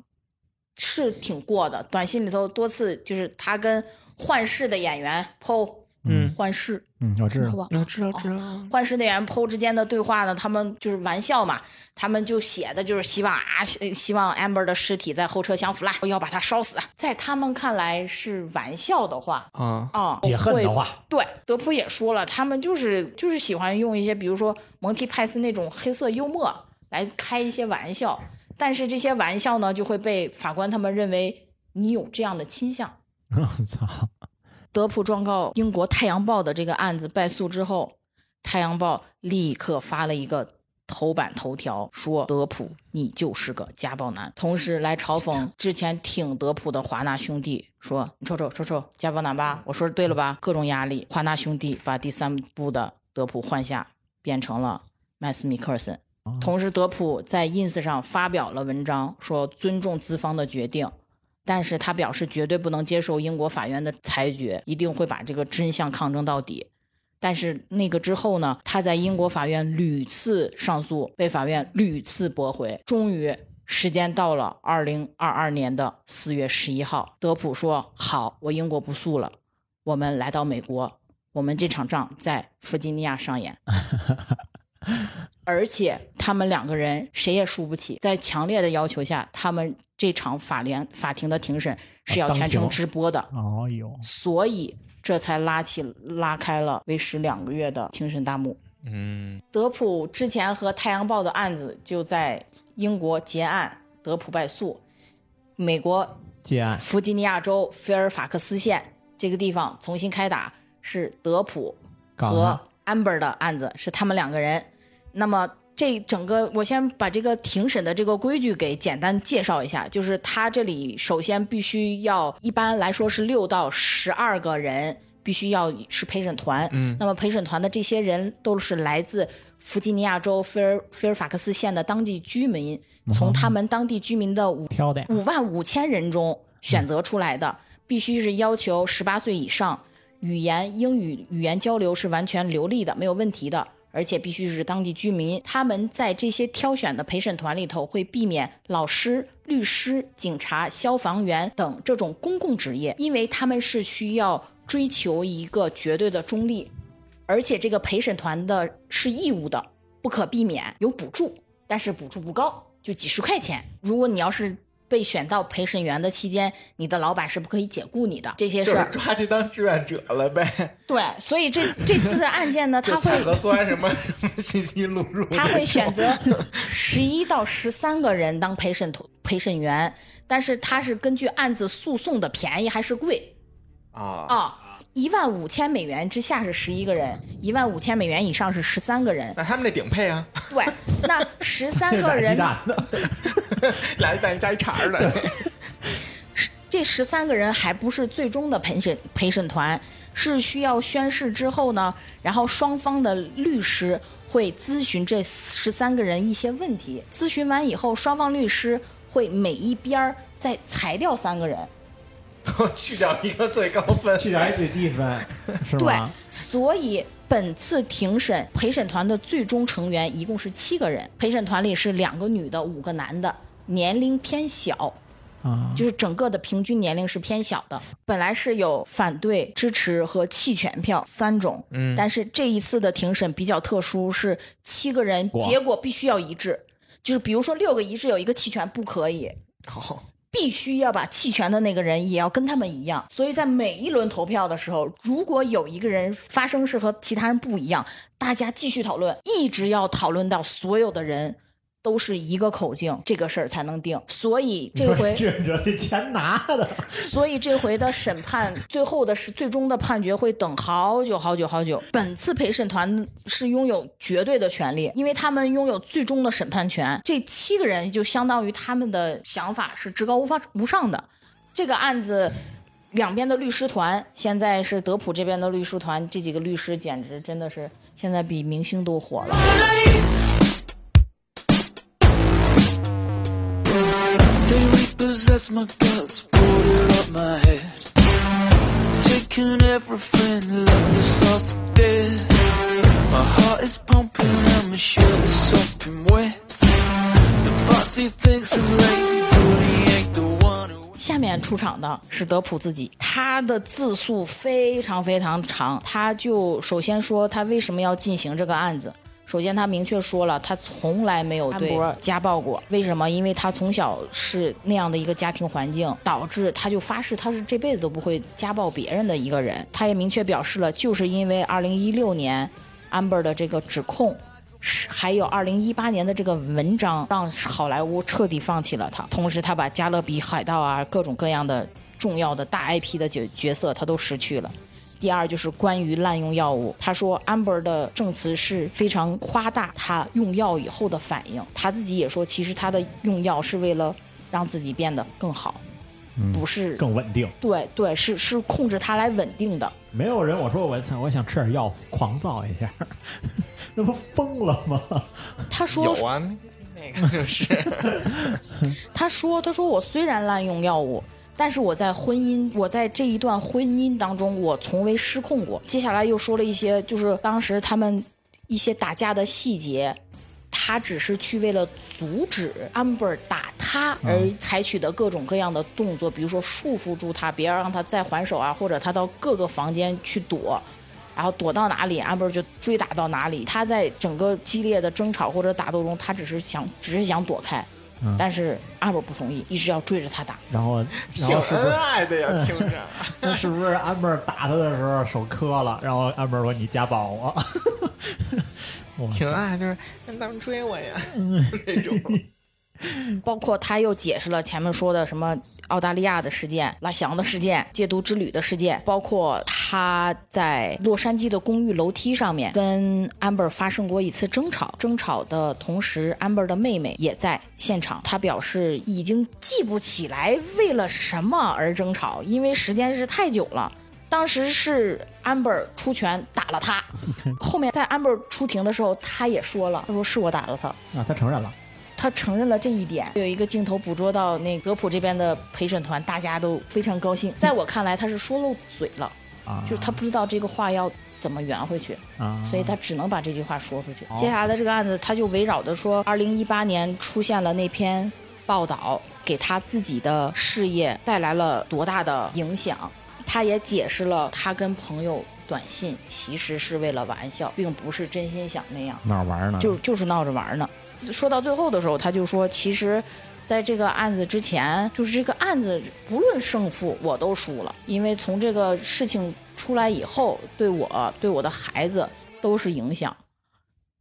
C: 是挺过的。短信里头多次就是他跟幻视的演员 PO
B: 嗯，
C: 幻视，
A: 嗯，我知
C: 知道
A: 道，
C: 吧？
B: 我知道知道，
C: 幻视那员 PO 之间的对话呢，他们就是玩笑嘛，他们就写的就是希望啊，希希望 Amber 的尸体在后车厢腐烂，要把它烧死。啊在他们看来是玩笑的话。
B: 啊，
C: 啊、
A: 解恨的
C: 会
A: 话，
C: 对，德普也说了，他们就是就是喜欢用一些，比如说蒙蒂派斯那种黑色幽默来开一些玩笑，但是这些玩笑呢，就会被法官他们认为你有这样的倾向。
A: 我操，
C: 德普状告英国《太阳报》的这个案子败诉之后，《太阳报》立刻发了一个头版头条，说德普你就是个家暴男，同时来嘲讽之前挺德普的华纳兄弟，说你瞅瞅瞅瞅家暴男吧，我说对了吧？各种压力，华纳兄弟把第三部的德普换下，变成了麦斯米克尔森。同时，德普在 ins 上发表了文章，说尊重资方的决定，但是他表示绝对不能接受英国法院的裁决，一定会把这个真相抗争到底。但是那个之后呢，他在英国法院屡次上诉，被法院屡次驳回。终于，时间到了二零二二年的四月十一号，德普说：“好，我英国不诉了，我们来到美国，我们这场仗在弗吉尼亚上 演。”而且他们两个人谁也输不起。在强烈的要求下，他们这场法联法庭的庭审是要
A: 啊当
C: 全程
A: 庭
C: 直播的。
A: 哦呦，
C: 所以这才拉起拉开了为时两个月的庭审大幕。
B: 嗯，
C: 德普之前和《太阳报》的案子就在英国结案，德普败诉。美国
A: 结案，
C: 弗吉尼亚州菲尔法克斯县这个地方重新开打，是德普
A: 搞
C: 和
A: 了
C: Amber 的案子，是他们两个人。那么这整个，我先把这个庭审的这个规矩给简单介绍一下，就是他这里首先必须要，一般来说是六到十二个人。必须要是陪审团，
B: 嗯
C: 那么陪审团的这些人都是来自弗吉尼亚州菲尔菲尔法克斯县的当地居民，从他们当地居民的五
A: 挑的呀，嗯
C: 五万五千人中选择出来的，必须是要求十八岁以上，语言英语语言交流是完全流利的，没有问题的，而且必须是当地居民。他们在这些挑选的陪审团里头，会避免老师、律师、警察、消防员等这种公共职业，因为他们是需要追求一个绝对的中立，而且这个陪审团的是义务的，不可避免，有补助，但是补助不高，就几十块钱。如果你要是被选到陪审员的期间，你的老板是不可以解雇你的。这些
B: 就
C: 事
B: 是
C: 儿，
B: 抓去当志愿者了呗，
C: 对，所以这这次的案件呢，
B: 就
C: 他
B: 采核
C: 会
B: 酸什么 什么信息录入，
C: 他会选择十一到十三个人当陪审团陪审员，但是他是根据案子诉讼的便宜还是贵，
A: 哦
B: 啊，
C: 啊，一万五千美元之下是十一个人，一万五千美元以上是十三个人。
B: 那他们那顶配啊，
C: 对，那十三个
A: 这是
C: 人，
A: 打鸡蛋的，
B: 来咱加一茬儿的，
C: 这十三个人还不是最终的陪审陪审团，是需要宣誓之后呢，然后双方的律师会咨询这十三个人一些问题。咨询完以后，双方律师会每一边儿再裁掉三个人。
B: 去掉一个最高分，
A: 去掉一最低分，是
C: 对
A: 吗？，
C: 所以本次庭审陪审团的最终成员一共是七个人，陪审团里是两个女的，五个男的，年龄偏小，
A: 啊，
C: 就是整个的平均年龄是偏小的。本来是有反对、支持和弃权票三种，嗯，但是这一次的庭审比较特殊，是七个人
A: 哇
C: 结果必须要一致，就是比如说六个一致有一个弃权不可以，
B: 好，
C: 必须要把弃权的那个人也要跟他们一样。所以在每一轮投票的时候，如果有一个人发声是和其他人不一样，大家继续讨论，一直要讨论到所有的人都是一个口径，这个事儿才能定。所以这
A: 不
C: 回
A: 是，志愿者这钱拿的，
C: 所以这回的审判，最后的是最终的判决会等好久好久好久。本次陪审团是拥有绝对的权利，因为他们拥有最终的审判权。这七个人就相当于他们的想法是至高无法无上的。这个案子。两边的律师团，现在是德普这边的律师团，这几个律师简直真的是现在比明星都火了。
D: They repossess my guts, boarded up my head. Taking every friend, left us all for dead. My heart is pumping and my shirt is soaking wet. The bossy thinks I'm lazy, but he ain't the one who.
C: 下面面出场的是德普自己，他的自述非常非常长，他就首先说他为什么要进行这个案子。首先，他明确说了，他从来没有对家暴过。为什么？因为他从小是那样的一个家庭环境，导致他就发誓他是这辈子都不会家暴别人的一个人。他也明确表示了，就是因为2016年 Amber 的这个指控，是还有二零一八年的这个文章，让好莱坞彻底放弃了他。同时，他把《加勒比海盗》啊各种各样的重要的大 IP 的角角色，他都失去了。第二就是关于滥用药物，他说 Amber 的证词是非常夸大他用药以后的反应，他自己也说，其实他的用药是为了让自己变得更好，不是
A: 更嗯稳定。
C: 对对是是控制他来稳定的。
A: 没有人，我说我想我想吃点药，狂躁一下， 那不疯了吗？
C: 他说
B: 有啊，那个就是。
C: 他说：“他说我虽然滥用药物，但是我在婚姻，我在这一段婚姻当中，我从未失控过。”接下来又说了一些，就是当时他们一些打架的细节，他只是去为了阻止 Amber 打他而采取的各种各样的动作，比如说束缚住他，别让他再还手啊，或者他到各个房间去躲。然后躲到哪里，安博就追打到哪里。他在整个激烈的争吵或者打斗中，他只是想，只是想躲开，但是安博不同意，一直要追着他打。
A: 然后，然
B: 挺
C: 啊
A: 后是不
B: 恩
A: 是
B: 爱的呀，听 着。
A: 那是不是安妹儿打他的时候手磕了？然后安妹儿说：“你家暴我。 哇塞
B: 挺爱，就是让他们追我呀，
A: 嗯
B: 那种。
C: 包括他又解释了前面说的什么澳大利亚的事件、拉翔的事件、戒毒之旅的事件，包括他在洛杉矶的公寓楼梯上面跟 Amber 发生过一次争吵，争吵的同时，Amber 的妹妹也在现场。他表示已经记不起来为了什么而争吵，因为时间是太久了。当时是 Amber 出拳打了他，后面在 Amber 出庭的时候，他也说了，他说是我打了他，
A: 啊，他承认了，
C: 他承认了这一点。有一个镜头捕捉到那德普这边的陪审团，大家都非常高兴。在我看来，他是说漏嘴了，
A: 啊，
C: 就是他不知道这个话要怎么圆回去，
A: 啊，
C: 所以他只能把这句话说出去。
A: 哦
C: 接下来的这个案子，他就围绕着说，二零一八年出现了那篇报道，给他自己的事业带来了多大的影响。他也解释了，他跟朋友短信其实是为了玩笑，并不是真心想那样。
A: 哪儿玩呢？
C: 就就是闹着玩儿呢。说到最后的时候，他就说，其实在这个案子之前，就是这个案子不论胜负，我都输了，因为从这个事情出来以后，对我对我的孩子都是影响。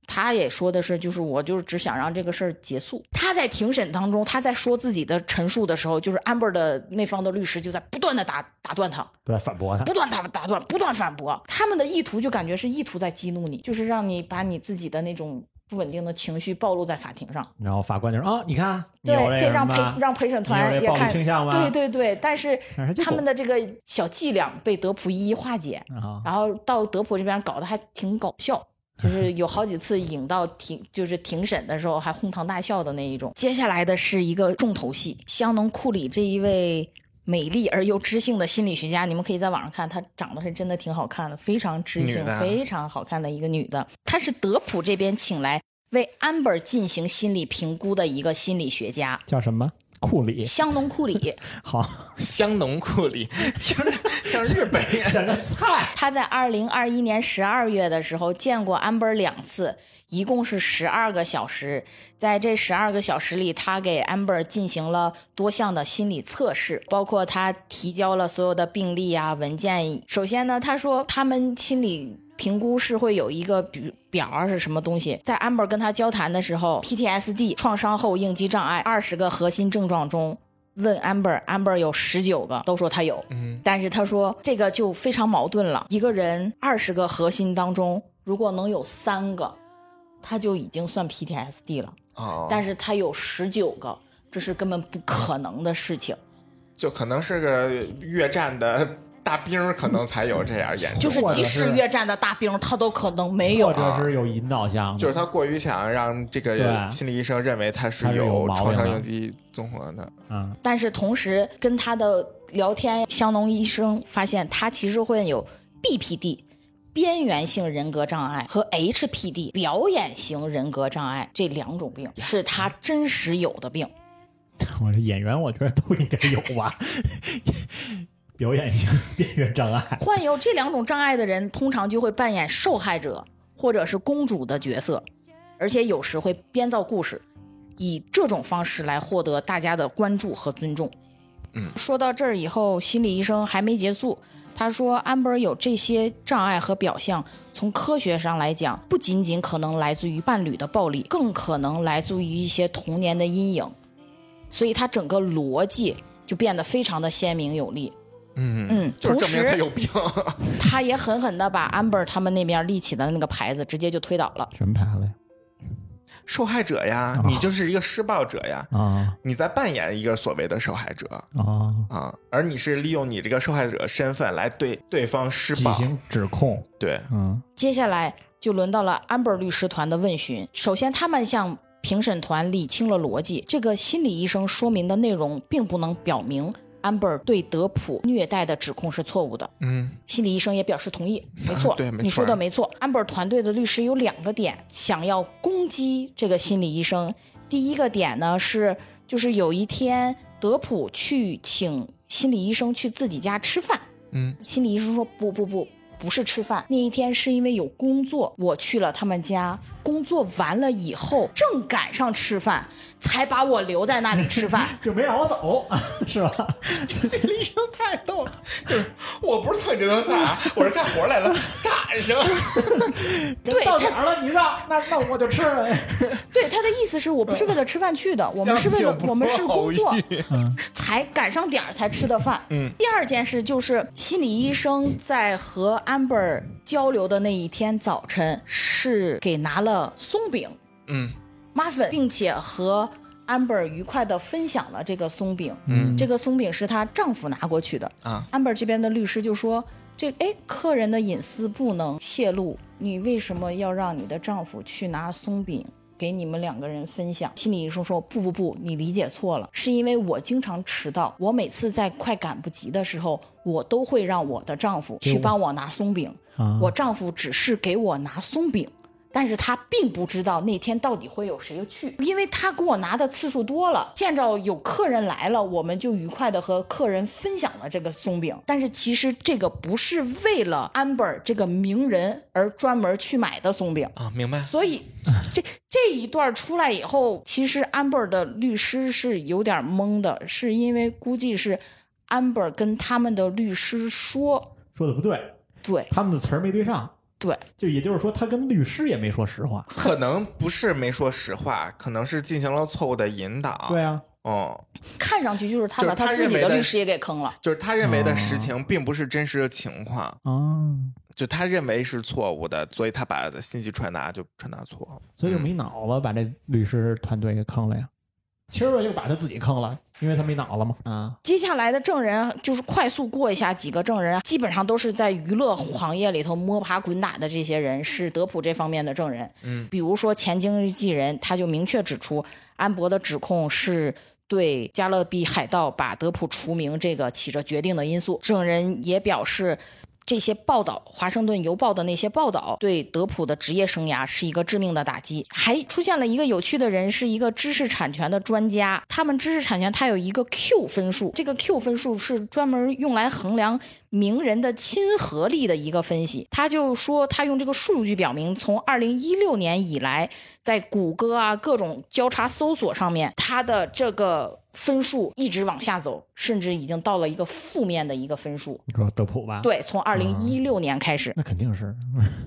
C: 他也说的是，就是我就是只想让这个事儿结束。他在庭审当中，他在说自己的陈述的时候，就是 Amber 的那方的律师就在不断的打打断他，
A: 对反驳他
C: 不断打打断，不断反驳。他们的意图就感觉是意图在激怒你，就是让你把你自己的那种不稳定的情绪暴露在法庭上。
A: 然后法官就说：“啊，你看，你
C: 对
A: 有这
C: 对，
A: 个
C: 让
A: 什
C: 陪
A: 么
C: 让陪审团
A: 你
C: 也
A: 有这暴力
C: 看
A: 倾向吗
C: 对对对，但是
A: 但是就
C: 他们的这个小伎俩被德普一一化解，
A: 啊，
C: 然后到德普这边搞得还挺搞笑。 就是有好几次引到庭，就是庭审的时候还哄堂大笑的那一种。接下来的是一个重头戏，香农库里这一位美丽而又知性的心理学家，你们可以在网上看，她长得是真的挺好看的，非常知
B: 女
C: 性
B: 的啊，
C: 非常好看的一个女的。她是德普这边请来为安本进行心理评估的一个心理学家，
A: 叫什么库里？
C: 香农库里。
A: 好，
B: 香浓库里，听着像日本人。
A: 像个菜。
C: 他在二零二一年十二月的时候见过安伯两次，一共是十二个小时。在这十二个小时里，他给安伯进行了多项的心理测试，包括他提交了所有的病历啊文件。首先呢，他说他们心理。评估是会有一个表表啊是什么东西，在安伯跟他交谈的时候，PTSD 创伤后应激障碍二十个核心症状中，问 Amber，Amber 有十九个都说他有，
B: 嗯，
C: 但是他说这个就非常矛盾了。一个人二十个核心当中，如果能有三个，他就已经算 PTSD 了，
B: 哦，
C: 但是他有十九个，这是根本不可能的事情。
A: 哦
B: 就可能是个越战的大兵儿，可能才有这样严重。
C: 就是
A: 或者
C: 即使
A: 是
C: 越战的大兵，他都可能没有
A: 或。者是有引导项的，
B: 就是他过于想让这个
A: 对
B: 心理医生认为他是
A: 他是有
B: 有
A: 毛病
B: 创伤
A: 的
B: 应激综合的，
A: 嗯，
C: 但是同时跟他的聊天，香农医生发现他其实会有 BPD。边缘性人格障碍和 HPD 表演型人格障碍这两种病是他真实有的病，
A: 我这演员我觉得都应该有吧，表演型边缘障碍。
C: 患有这两种障碍的人，通常就会扮演受害者或者是公主的角色，而且有时会编造故事，以这种方式来获得大家的关注和尊重。
B: 嗯，
C: 说到这儿以后，心理医生还没结束。他说，安博尔有这些障碍和表象，从科学上来讲，不仅仅可能来自于伴侣的暴力，更可能来自于一些童年的阴影。所以，他整个逻辑就变得非常的鲜明有力。
B: 嗯，
C: 嗯，
B: 就是
C: 同
B: 证明他
C: 时
B: 有病。
C: 他也狠狠的把 Amber 他们那边立起的那个牌子直接就推倒了。
A: 什么牌子呀？
B: 受害者呀，
A: 哦
B: 你就是一个施暴者呀，
A: 啊
B: 你在扮演一个所谓的受害者
A: 啊！
B: 啊、而你是利用你这个受害者身份来对对方施
A: 举
B: 暴。
A: 行指控，
B: 对，
A: 嗯
C: 接下来就轮到了 Amber 律师团的问询。首先，他们向评审团理清了逻辑，这个心理医生说明的内容并不能表明 Amber 对德普虐待的指控是错误的。
B: 嗯
C: 心理医生也表示同意，没错，
B: 对没错
C: 你说的没错。安本团队的律师有两个点想要攻击这个心理医生，第一个点呢是，就是有一天德普去请心理医生去自己家吃饭，
B: 嗯
C: 心理医生说不不不，不是吃饭，那一天是因为有工作，我去了他们家，工作完了以后正赶上吃饭，才把我留在那里吃饭。
A: 就没让我走， 是吧？
B: 心理医生太逗了，就是我不是蹭你这顿饭，啊我是干活来了，赶上。
C: 对
A: 到
C: 到
A: 点
C: 点
A: 了，你让那那我就吃了。
C: 对他的意思是我不是为了吃饭去的，我们是为了我们是工作，才赶上点儿才吃的饭。
B: 嗯，
C: 第二件事就是心理医生在和 Amber 交流的那一天早晨是给拿了松饼
B: 嗯
C: muffin，并且和 Amber 愉快的分享了这个松饼。
B: 嗯
C: 这个松饼是她丈夫拿过去的。
B: 啊，
C: Amber 这边的律师就说：“这哎，客人的隐私不能泄露，你为什么要让你的丈夫去拿松饼？”给你们两个人分享，心理医生说：“不不不，你理解错了，是因为我经常迟到，我每次在快赶不及的时候，我都会让我的丈夫去帮我拿松饼。
A: 啊
C: 我丈夫只是给我拿松饼，但是他并不知道那天到底会有谁去，因为他给我拿的次数多了，见着有客人来了，我们就愉快的和客人分享了这个松饼。但是其实这个不是为了 Amber 这个名人而专门去买的松饼。
B: 啊，明白。
C: 所以这这一段出来以后，其实 Amber 的律师是有点懵的，是因为估计是 Amber 跟他们的律师说，
A: 说的不对，
C: 对
A: 他们的词儿没对上，
C: 对，
A: 就也就是说，他跟律师也没说实话。
B: 可能不是没说实话，可能是进行了错误的引导。
A: 对，啊，
B: 哦，
C: 看上去就是他
B: 就
C: 把
B: 是他
C: 他自
B: 认
C: 己
B: 为
C: 的
B: 的
C: 律师也给坑了。
B: 就是他认为的
A: 哦
B: 实情并不是真实的情况，
A: 啊，
B: 就他认为是错误的，所以他把信息传达就传达错了。
A: 所以就没脑子把这律师团队给坑了呀。其实我又把他自己坑了，因为他没脑子嘛。啊，
C: 接下来的证人就是快速过一下几个证人，基本上都是在娱乐行业里头摸爬滚打的这些人，是德普这方面的证人。
B: 嗯，
C: 比如说前经纪人，他就明确指出，安博的指控是对加勒比海盗把德普除名这个起着决定的因素。证人也表示，这些报道，《华盛顿邮报》的那些报道，对德普的职业生涯是一个致命的打击。还出现了一个有趣的人，是一个知识产权的专家。他们知识产权它有一个 Q 分数，这个 Q 分数是专门用来衡量名人的亲和力的一个分析。他就说，他用这个数据表明，从二零一六年以来，在谷歌啊各种交叉搜索上面，他的这个。分数一直往下走，甚至已经到了一个负面的一个分数。
A: 你说德普吧？，
C: 对，从二零一六年开始。
A: 那肯定是，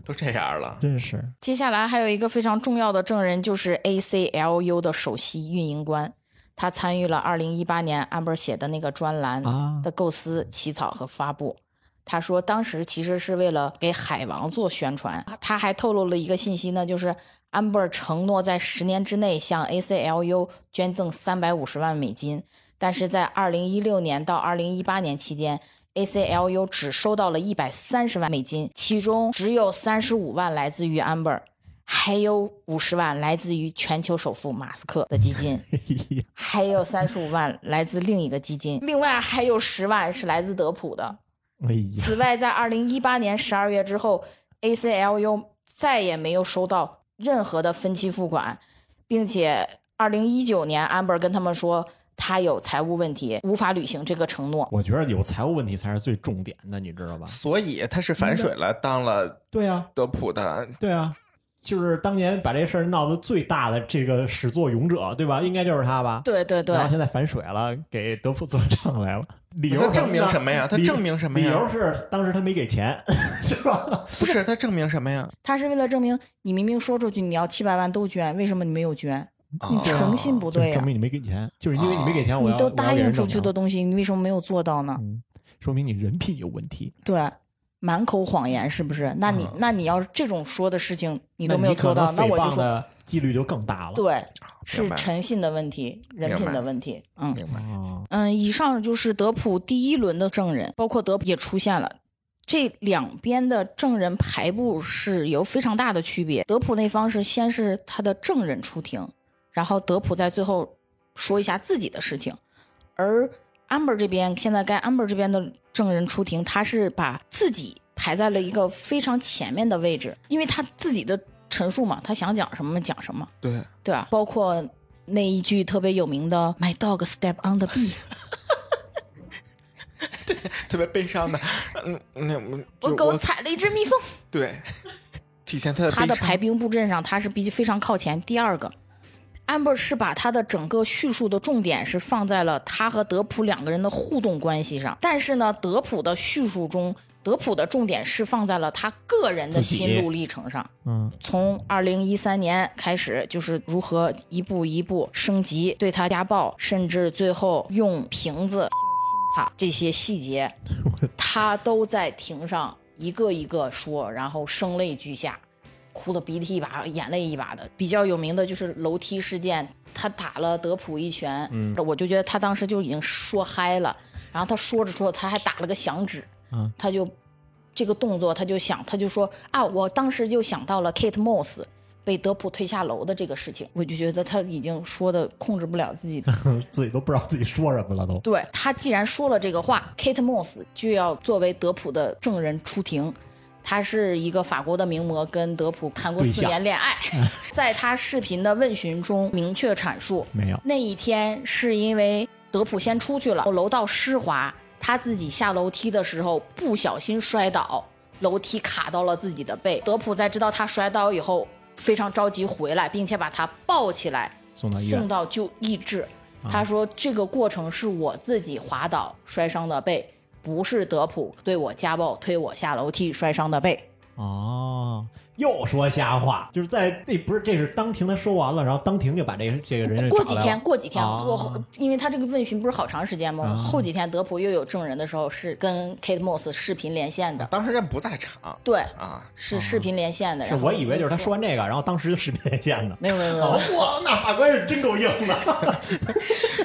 B: 都这样了，
A: 真是
C: 接下来还有一个非常重要的证人，就是 ACLU 的首席运营官，他参与了二零一八年 Amber 写的那个专栏
A: 啊
C: 的构思、起草和发布。他说，当时其实是为了给海王做宣传。他还透露了一个信息呢，就是 Amber 承诺在十年之内向 ACLU 捐赠三百五十万美金，但是在二零一六年到二零一八年期间，ACLU 只收到了一百三十万美金，其中只有三十五万来自于 Amber，还有五十万来自于全球首富马斯克的基金。
A: 哎
C: 还有三十五万来自另一个基金，另外还有十万是来自德普的。
A: 哎呀，
C: 此外，在二零一八年十二月之后，ACLU 再也没有收到任何的分期付款，并且二零一九年，安 r 跟他们说，他有财务问题，无法履行这个承诺。
A: 我觉得有财务问题才是最重点的，你知道吧？
B: 所以他是反水了，当了
A: 对呀，
B: 德普的。
A: 对呀，就是当年把这事儿闹得最大的这个始作俑者，对吧？应该就是他吧？
C: 对对对
A: 然，后现在反水了，给德普做账来了，理由
B: 他证明什
A: 么呢？
B: 么呀？他
A: 理
B: 证明什么呀？
A: 理由是当时他没给钱，是
C: 哦
A: 吧？
B: 不是他证明什么
A: 嗯
B: 呀？
C: 他是为了证明你明明说出去你要七百万都捐，为什么你没有捐？你
A: 嗯
B: 啊
C: 诚信不
A: 哦就
C: 对呀、
A: 证明你没给钱，就是因为你没给钱，我
C: 你
A: 要
C: 都
A: 我要
C: 答
A: 给
C: 应
A: 人
C: 出
A: 整
C: 去
A: 嘛
C: 的东西，你为什么没有做到呢？
A: 嗯，说明你人品有问题。
C: 对，满口谎言是不是？那你、那你要是这种说的事情你
A: 嗯你
C: 都没有做到，那
A: 可能
C: 我
A: 诽
C: 就
A: 谤
C: 说
A: 的几率就更大了。
C: 对，是
B: 明白
C: 诚信的问题，人
B: 明
C: 品
B: 白
C: 的问题。嗯
B: 明白。
A: 哦，
C: 嗯，以上就是德普第一轮的证人，包括德普也出现了。这两边的证人排布是有非常大的区别。德普那方是先是他的证人出庭，然后德普在最后说一下自己的事情，而 Amber 这边现在该 Amber 这边的证人出庭，他是把自己排在了一个非常前面的位置，因为他自己的陈述嘛，他想讲什么讲什么。
B: 对，
C: 对啊，包括那一句特别有名的 “My dog step on the bee”，
B: 特别悲伤的，嗯，那我们
C: 我
B: 就
C: 狗踩了一只蜜蜂。
B: 对，体现他的
C: 他的
B: 悲伤
C: 排兵布阵上，他是比非常靠前。第二个，amber 是把他的整个叙述的重点是放在了他和德普两个人的互动关系上，但是呢，德普的叙述中，德普的重点是放在了他个人的
A: 自己
C: 心路历程上。
A: 嗯，
C: 从二零一三年开始，就是如何一步一步升级对他家暴，甚至最后用瓶子性侵他这些细节，他都在庭上一个一个说，然后声泪俱下，哭的鼻涕一把眼泪一把的。比较有名的就是楼梯事件，他打了德普一拳，嗯、我就觉得他当时就已经说嗨了，然后他说着说着他还打了个响指，
A: 嗯、
C: 他就这个动作，他就想，他就说啊，我当时就想到了 Kate Moss 被德普推下楼的这个事情，我就觉得他已经说的控制不了自己。
A: 自己都不知道自己说什么了都。
C: 对他既然说了这个话，Kate Moss 就要作为德普的证人出庭。她是一个法国的名模，跟德普谈过
A: 对
C: 四
A: 象
C: 年恋爱，在他视频的问询中明确阐述，
A: 没有，
C: 那一天是因为德普先出去了，楼道湿滑，他自己下楼梯的时候不小心摔倒，楼梯卡到了自己的背。德普在知道他摔倒以后，非常着急回来，并且把他抱起来
A: 送到医
C: 送
A: 院。
C: 到就医治。他说这个过程是我自己滑倒摔伤的背，不是德普对我家暴推我下楼梯摔伤的背。
A: 哦，又说瞎话，就是在那不是这是当庭他说完了，然后当庭就把这个这个人
C: 过几天，过几天，
A: 啊
C: 我后因为他这个问询不是好长时间吗？
A: 啊
C: 后几天德普又有证人的时候是跟 Kate Moss 视频连线的，
B: 当时人不在场
C: 对，
B: 啊，
C: 是视频连线的。
A: 是
C: 然后
A: 我以为就是他
C: 说
A: 说完这个，然后当时就视频连 线的。
C: 没有没有没有
A: 哦，哇，那法官是真够硬的。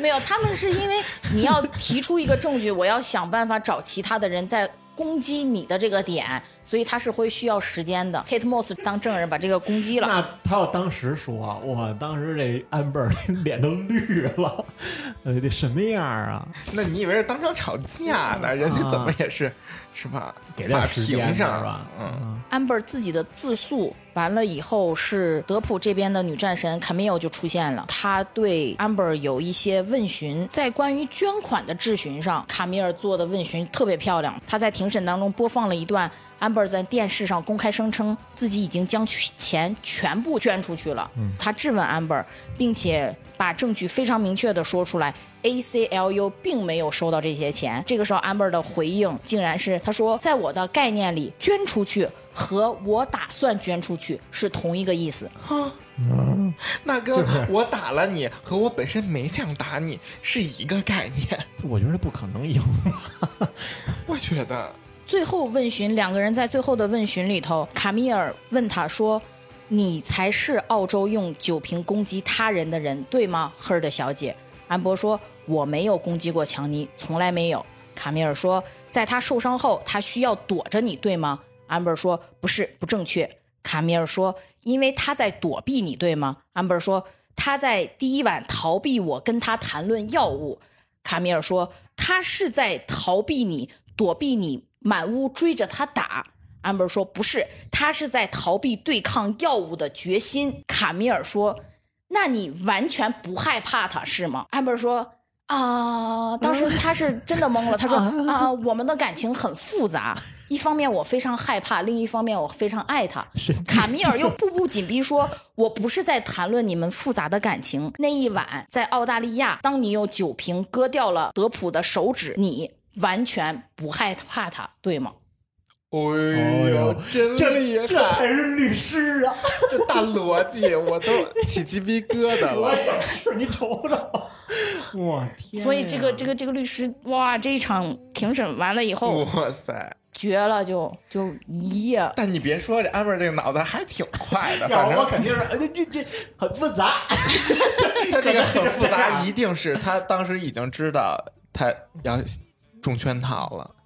C: 没有，他们是因为你要提出一个证据，我要想办法找其他的人在攻击你的这个点，所以他是会需要时间的。Kate Moss 当证人把这个攻击了，
A: 那他要当时说，我当时这安倍儿脸都绿了，呃，得什么样啊？
B: 那你以为是当场吵架呢？人家怎么也是是吧？
A: 给
B: 法
A: 点时间
B: 庭上
A: 是吧？
B: 嗯，
C: amber 自己的自诉完了以后，是德普这边的女战神 Camille 就出现了，她对 amber 有一些问询，在关于捐款的质询上，卡米尔做的问询特别漂亮。她在庭审当中播放了一段 amber 在电视上公开声称自己已经将钱全部捐出去了，她质问 amber，并且把证据非常明确的说出来。ACLU 并没有收到这些钱。这个时候，Amber 的回应竟然是他说：“在我的概念里，捐出去和我打算捐出去是同一个意思。
B: 那
A: 就
B: 跟
A: 是
B: 我打了你和我本身没想打你是一个概念，
A: 我觉得不可能赢。
B: 我觉得。”
C: 最后问询，两个人在最后的问询里头，卡米尔问他说：“你才是澳洲用酒瓶攻击他人的人，对吗，Herd 小姐？”安博说：“我没有攻击过强尼，从来没有。”卡米尔说：“在他受伤后，他需要躲着你，对吗？”安博说：“不是，不正确。”卡米尔说：“因为他在躲避你，对吗？”安博说：“他在第一晚逃避我跟他谈论药物。”卡米尔说：“他是在逃避你，躲避你，满屋追着他打。”安博说：“不是，他是在逃避对抗药物的决心。”卡米尔说：“那你完全不害怕他是吗？”安博说：“啊、啊！当时他是真的懵了，他说啊，我们的感情很复杂，一方面我非常害怕，另一方面我非常爱他。 卡米尔又步步紧逼说，我不是在谈论你们复杂的感情。那一晚在澳大利亚，当你用酒瓶割掉了德普的手指，你完全不害怕他，对吗？
B: 哎呦，真厉
A: 这这
B: 害！
A: 才是律师啊！
B: 这大逻辑，我都起鸡皮疙瘩
A: 我
B: 了。
A: 也是，你瞅瞅，我天呀！
C: 所以这个这个这个律师哇，这一场庭审完了以
A: 哦
C: 后、
B: 哇塞！
C: 绝了就，就一夜
A: 嗯
B: 但你别说，这安妹这个脑子还挺快的，
A: 要
B: 反
A: 我
B: 正
A: 我肯定是，哎这这这很复杂。
B: 他这个很复
A: 这
B: 杂，
A: 样
B: 一定是他当时已经知道他要中圈套了。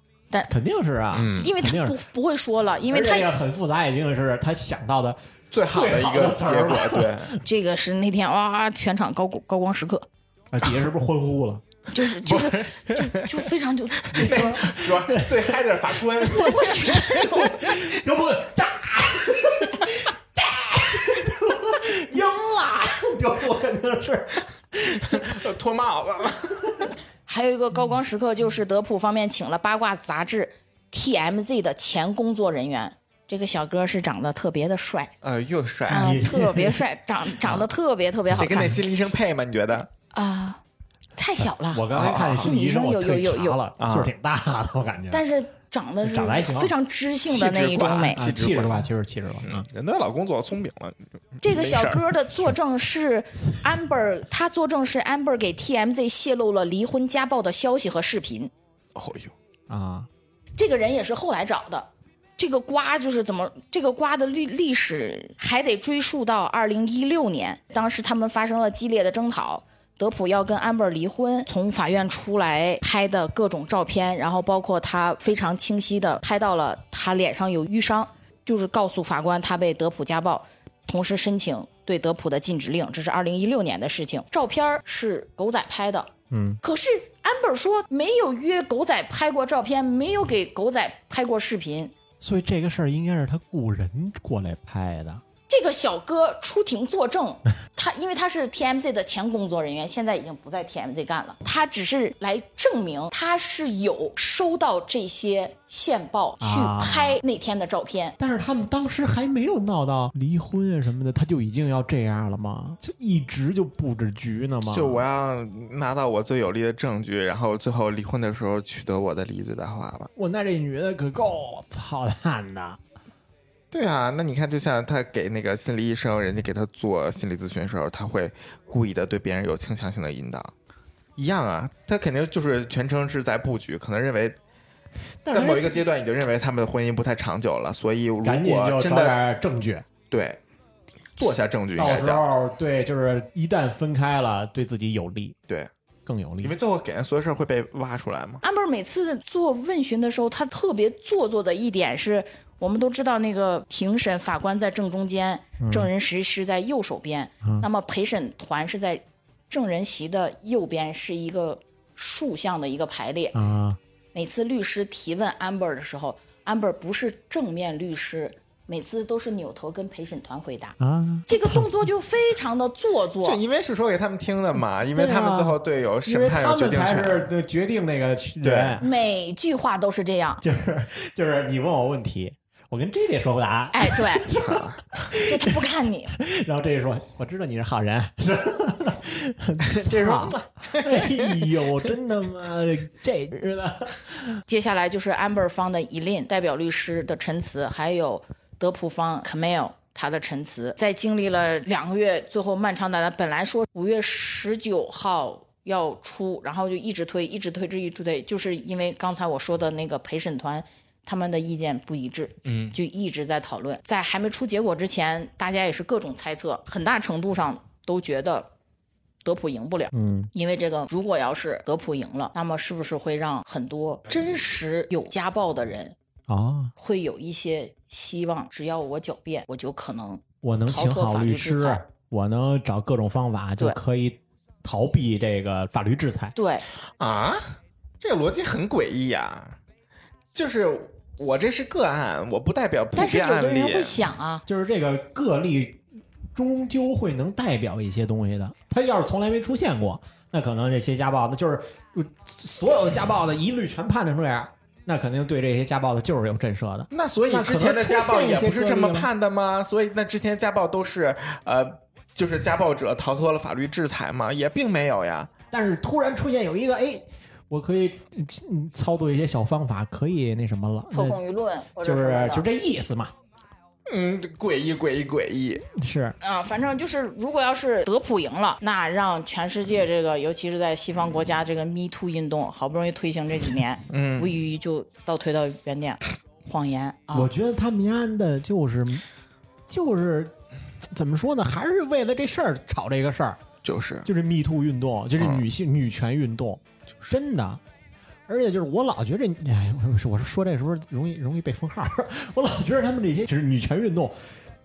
A: 肯定是啊，
B: 嗯
C: 因为
A: 肯
C: 他
A: 定
C: 不
A: 是哎
C: 不会说了，因为
A: 而且
C: 他
A: 这个很复杂，已经是他想到的。
B: 最好的一
A: 最好
B: 个
A: 的词
B: 结
A: 儿
B: 果，
A: 了
B: 对，
C: 这个是那天哇，全场高光高光时刻，
A: 啊，底下是不是欢呼了？
C: 就是就是就就非常就 就
B: 主要最嗨的是法官，
C: 我我觉得有
A: 要不炸 炸，赢了！要不肯定是
B: 脱帽子。
C: 还有一个高光时刻就是德普方面请了八卦杂志 TMZ 的前工作人员，这个小哥是长得特别的帅
B: 呃，又帅，
C: 啊
A: 哎，
C: 特别帅，长长得特别特别好
B: 这跟那
C: 看
B: 心理医生配吗？你觉得？
C: 啊，太小了， 啊
A: 我刚才看见心理医生，我退查了，
B: 啊
A: 岁数挺大的，我感觉。
C: 但是长得是
A: 长得还行
C: 非常知性的那一种美
B: 气质。挂
A: 啊，气质吧，
B: 吧
A: 确实气质吧。嗯，
B: 人都有老公做松饼了，
C: 这个小
B: 没事儿
C: 哥的作证 是 Amber，他作证是 Amber 给 TMZ 泄露了离婚家暴的消息和视频。
B: 哦呦，
A: 啊，
C: 这个人也是后来找的。这个瓜就是怎么，这个瓜的历历史还得追溯到二零一六年，当时他们发生了激烈的争讨，德普要跟安贝尔离婚，从法院出来拍的各种照片，然后包括他非常清晰的拍到了他脸上有淤伤，就是告诉法官他被德普家暴，同时申请对德普的禁止令，这是二零一六年的事情。照片儿是狗仔拍的，
A: 嗯，
C: 可是安本说没有约狗仔拍过照片，没有给狗仔拍过视频。
A: 所以这个事儿应该是他雇人过来拍的。
C: 这个小哥出庭作证，他因为他是 TMZ 的前工作人员，现在已经不在 TMZ 干了，他只是来证明他是有收到这些线报去
A: 啊
C: 拍那天的照片。
A: 但是他们当时还没有闹到离婚啊什么的，他就已经要这样了吗？就一直就布置局呢吗？
B: 就我要拿到我最有力的证据，然后最后离婚的时候取得我的利益最大化吧。
A: 我那这女的可够操蛋的，
B: 对啊，那你看，就像他给那个心理医生，人家给他做心理咨询的时候，他会故意的对别人有倾向性的引导，一样啊，他肯定就是全程是在布局，可能认为
A: 但
B: 在
A: 是
B: 某一个阶段已经认为他们的婚姻不太长久了，所以如
A: 赶紧
B: 果
A: 就
B: 真
A: 找
B: 的
A: 点证据，
B: 对做下证据
A: 到
B: 来
A: 时
B: 讲，
A: 候对，就是一旦分开了，对自己有利，
B: 对，
A: 更有利
B: 因为。最后给人所有事儿会被挖出来嘛。
C: 安本每次做问询的时候，他特别做作的一点是，我们都知道那个庭审法官在正中间，
A: 嗯
C: 证人席是在右手边，那么陪审团是在证人席的右边，是一个竖向的一个排列。
A: 啊，
C: 每次律师提问安本的时候，安本不是正面律师，每次都是扭头跟陪审团回答，
A: 啊，
C: 这个动作就非常的做
B: 就
C: 作。
B: 因为是说给他们听的嘛，因为他们最后对有
A: 啊因
B: 审
A: 为
B: 判
A: 他
B: 有决
A: 们
B: 定
A: 才是
B: 权，
A: 那决定那个人，
B: 对
C: 每句话都是这样，
A: 就是就是你问我问题，我跟 J J 说不答，
C: 哎，对，就他不看你，
A: 然后 J J 说我知道你是好 人，
B: 这时候
A: 啊哎呦，真的吗？这日的
C: 接下来就是 Amber 方的 Elin 代表律师的陈词，还有德普方 Camille 他的陈词。在经历了两个月最后漫长的，本来说五月十九号要出，然后就一直推，一直推，一直推，就是因为刚才我说的那个陪审团他们的意见不一致，
B: 嗯，
C: 就一直在讨论。在还没出结果之前，大家也是各种猜测，很大程度上都觉得德普赢不了。
A: 嗯，
C: 因为这个，如果要是德普赢了，那么是不是会让很多真实有家暴的人
A: 哦，
C: 会有一些希望？只要我狡辩，我就可能
A: 我能请好律
C: 逃脱法律制
A: 师
C: 裁，
A: 我能找各种方法就
C: 对
A: 可以逃避这个法律制裁。
C: 对
B: 啊，这个逻辑很诡异啊！就是我这是个案，我不代表普
C: 但是
B: 遍
C: 有
B: 案
C: 的人
B: 例
C: 会。想啊，
A: 就是这个个例终究会能代表一些东西的。他要是从来没出现过，那可能这些家暴的，就是所有的家暴的一律全判成这样，那肯定对这些家暴的就是有震慑的。
B: 那所以
A: 那可
B: 之
A: 能
B: 前的
A: 出
B: 家暴
A: 现一
B: 也
A: 些
B: 不是
A: 个
B: 这么
A: 例了
B: 判的吗？所以那之前家暴都是呃，就是家暴者逃脱了法律制裁嘛，也并没有呀。
A: 但是突然出现有一个，哎，我可以嗯操作一些小方法，可以那什么了，
C: 操控舆论，或者
A: 就
C: 什么
A: 是
C: 的
A: 就这意思嘛。
B: 嗯，诡异，诡异，诡异。
A: 是，
C: 啊，反正就是，如果要是德普赢了，那让全世界这个，尤其是在西方国家，这个 Me Too 运动好不容易推行这几年，
B: 嗯
C: 无异于就倒推到原点，谎言啊
A: 我，觉得他们家的就是就是怎么说呢，还是为了这事儿炒这个事儿，
B: 就是
A: 就是 Me Too 运动，就是
B: 嗯
A: 女性、女权运动，真的。而且就是我老觉着，哎，我说我是说这是不是容易容易被封号？ 我老觉着他们这些就是女权运动，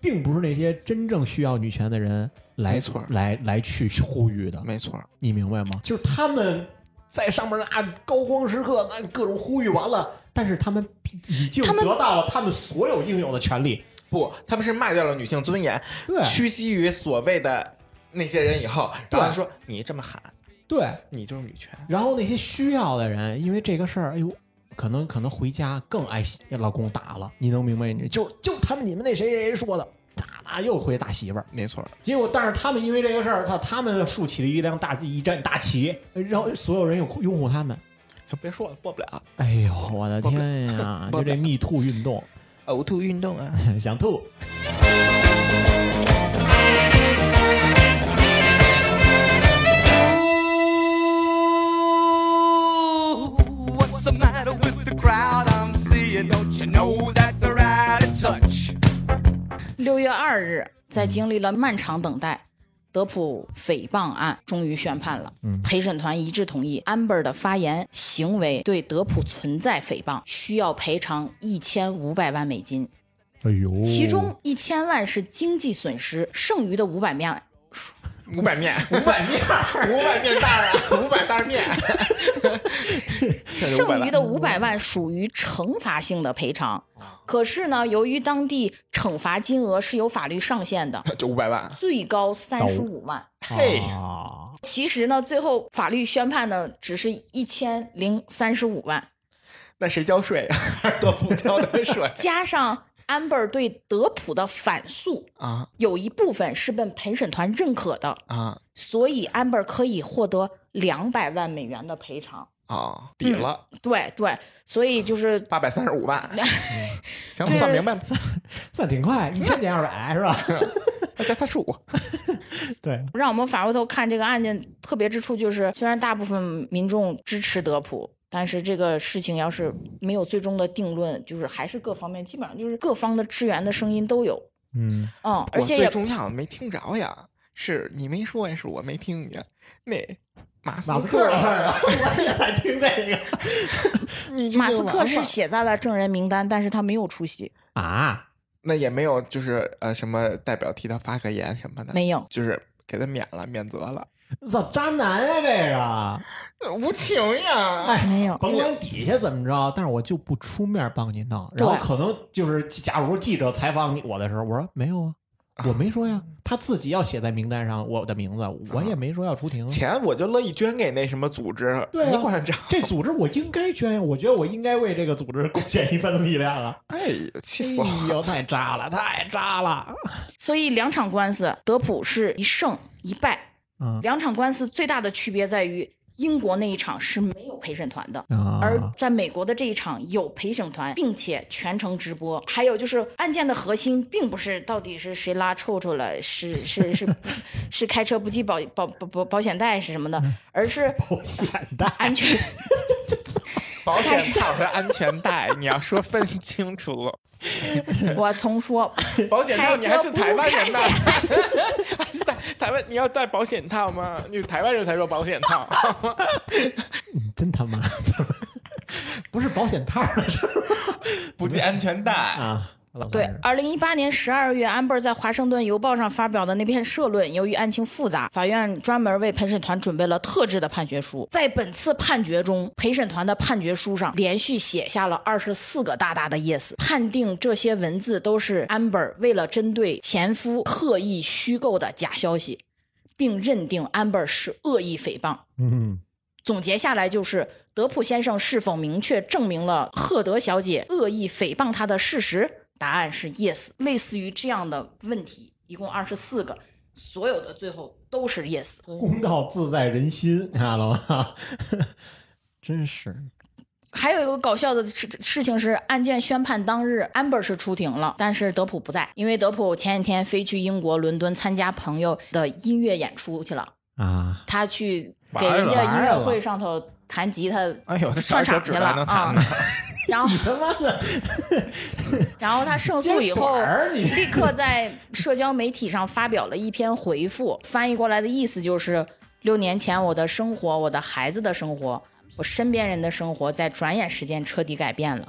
A: 并不是那些真正需要女权的人来
B: 没错儿
A: 来来去呼吁的，
B: 没错儿。
A: 你明白吗？就是他们在上面啊高光时刻那各种呼吁完了，但是他们已经
C: 他们
A: 得到了他们所有应有的权利，
B: 不，他们是卖掉了女性尊严，
A: 对
B: 屈膝于所谓的那些人以后，然后说你这么喊，
A: 对，
B: 你就是女权。
A: 然后那些需要的人，因为这个事儿，哎呦，可能可能回家更爱惜老公打了，你能明白？你就就他们你们那谁谁谁说的，打打又回打媳妇儿。
B: 没错儿，
A: 结果，但是他们因为这个事儿，操，他们竖起了一辆大一站大旗，然后所有人拥拥护他们。
B: 就别说了，播不了。
A: 哎呦，我的天呀！
B: 不
A: 就
B: 不
A: 这密兔运动，
B: 呕吐运动啊！
A: 想吐。
E: What's the matter with the crowd I'm seeing? Don't you know that they're out of touch?
C: 六月二日，在经历了漫长等待，德普诽谤案终于宣判了。陪审团一致同意安 m 的发言行为对德普存在诽谤，需要赔偿一千五百万美金。
A: 哎呦，
C: 其中一千万是经济损失，剩余的五百万
B: 五百面， 五百面，五百面袋 儿啊，五百袋儿面，剩下
C: 剩余
B: 500
C: 的
B: 了
C: 五百万属于惩罚性的赔偿。可是呢，由于当地惩罚金额是有法律上限 的，
B: 就五百万。哦
C: 最高三十五万。
B: 嘿，
A: 啊，
C: 其实呢，最后法律宣判呢，只是一千零三十五万，
B: 那谁交税啊？还是多不交的税
C: 加上安 m 对德普的反诉，
B: 啊
C: 有一部分是被陪审团认可的，
B: 啊
C: 所以安 m 可以获得两百万美元的赔偿。
B: 啊！抵了
C: 对对，所以就是
B: 八百三十五 万，嗯行，
C: 对
B: 算明白了，
A: 算挺快，一千减二百是吧？
B: 再加三十五。
A: 啊对，
C: 让我们反过头看这个案件特别之处，就是虽然大部分民众支持德普，但是这个事情要是没有最终的定论，就是还是各方面基本上就是各方的支援的声音都有，
A: 嗯，
C: 嗯，而且
B: 我最
C: 也
B: 重要的没听着呀，是你没说呀，是我没听你。那马斯
A: 马斯克的事儿啊，我也来听这个
C: 马斯克是写在了证人名单，但是他没有出席，
A: 啊。
B: 那也没有，就是呃什么代表替他发个言什么的，
C: 没有
B: 就是给他免了，免责了，
A: 操，渣男呀、这个！
B: 无情呀！
A: 哎，
C: 没有
A: 甭管底下怎么着，但是我就不出面帮你弄。然后
C: 对
A: 可能就是，假如记者采访我的时候，我说没有啊，啊我没说呀，他自己要写在名单上我的名字，我也没说要出庭。
B: 钱我就乐意捐给那什么组织，
A: 对啊
B: 你管着？
A: 这组织我应该捐呀，我觉得我应该为这个组织贡献一份力量 啊！
B: 哎呦，气死我！
A: 哎呦，太渣了，太渣了！
C: 所以两场官司，德普是一胜一败。
A: 嗯
C: 两场官司最大的区别在于，英国那一场是没有陪审团的，
A: 啊
C: 而在美国的这一场有陪审团，并且全程直播。还有就是案件的核心并不是到底是谁拉臭臭了，是是是 是开车不系保保保保保险带是什么
A: 嗯
C: 的，而是
A: 保险带，
C: 安全。
B: 保险套和安全带，你要说分清楚了。
C: 我重说，
B: 保险套，
C: 开车
B: 你还是台湾人呢
C: 不？
B: 还是台台湾？你要戴保险套吗？你台湾人才说保险 套。
A: 真他妈 不是保险套了是吧
B: 不系安全带。
A: 啊？老
C: 对
A: 三，
C: 二零一八年十二月，安倍在《华盛顿邮报》上发表的那篇社论，由于案情复杂，法院专门为陪审团准备了特制的判决书。在本次判决中，陪审团的判决书上连续写下了二十四个大大的 yes，判定这些文字都是安倍为了针对前夫刻意虚构的假消息。并认定安贝尔是恶意诽谤。
A: 嗯，
C: 总结下来就是，德普先生是否明确证明了赫德小姐恶意诽谤他的事实？答案是 yes。类似于这样的问题，一共二十四个，所有的最后都是 yes。
A: 公道自在人心，看到了 吗？真是，
C: 还有一个搞笑的事事情是，案件宣判当日，安本是出庭了，但是德普不在，因为德普前几天飞去英国伦敦参加朋友的音乐演出去了，
A: 啊，
C: 他去给
B: 玩儿
C: 人家
B: 了
C: 音乐会上头弹吉他，
B: 哎呦，他
C: 上
B: 手
C: 场
B: 指
C: 去
B: 还
C: 了
B: 能弹
C: 啊
B: 呢。
C: 然后
A: 他妈的，
C: 然后他胜诉以后
A: 这短
B: 啊
A: 儿你，
C: 立刻在社交媒体上发表了一篇回复，翻译过来的意思就是：六年前我的生活，我的孩子的生活，我身边人的生活，在转眼时间彻底改变了。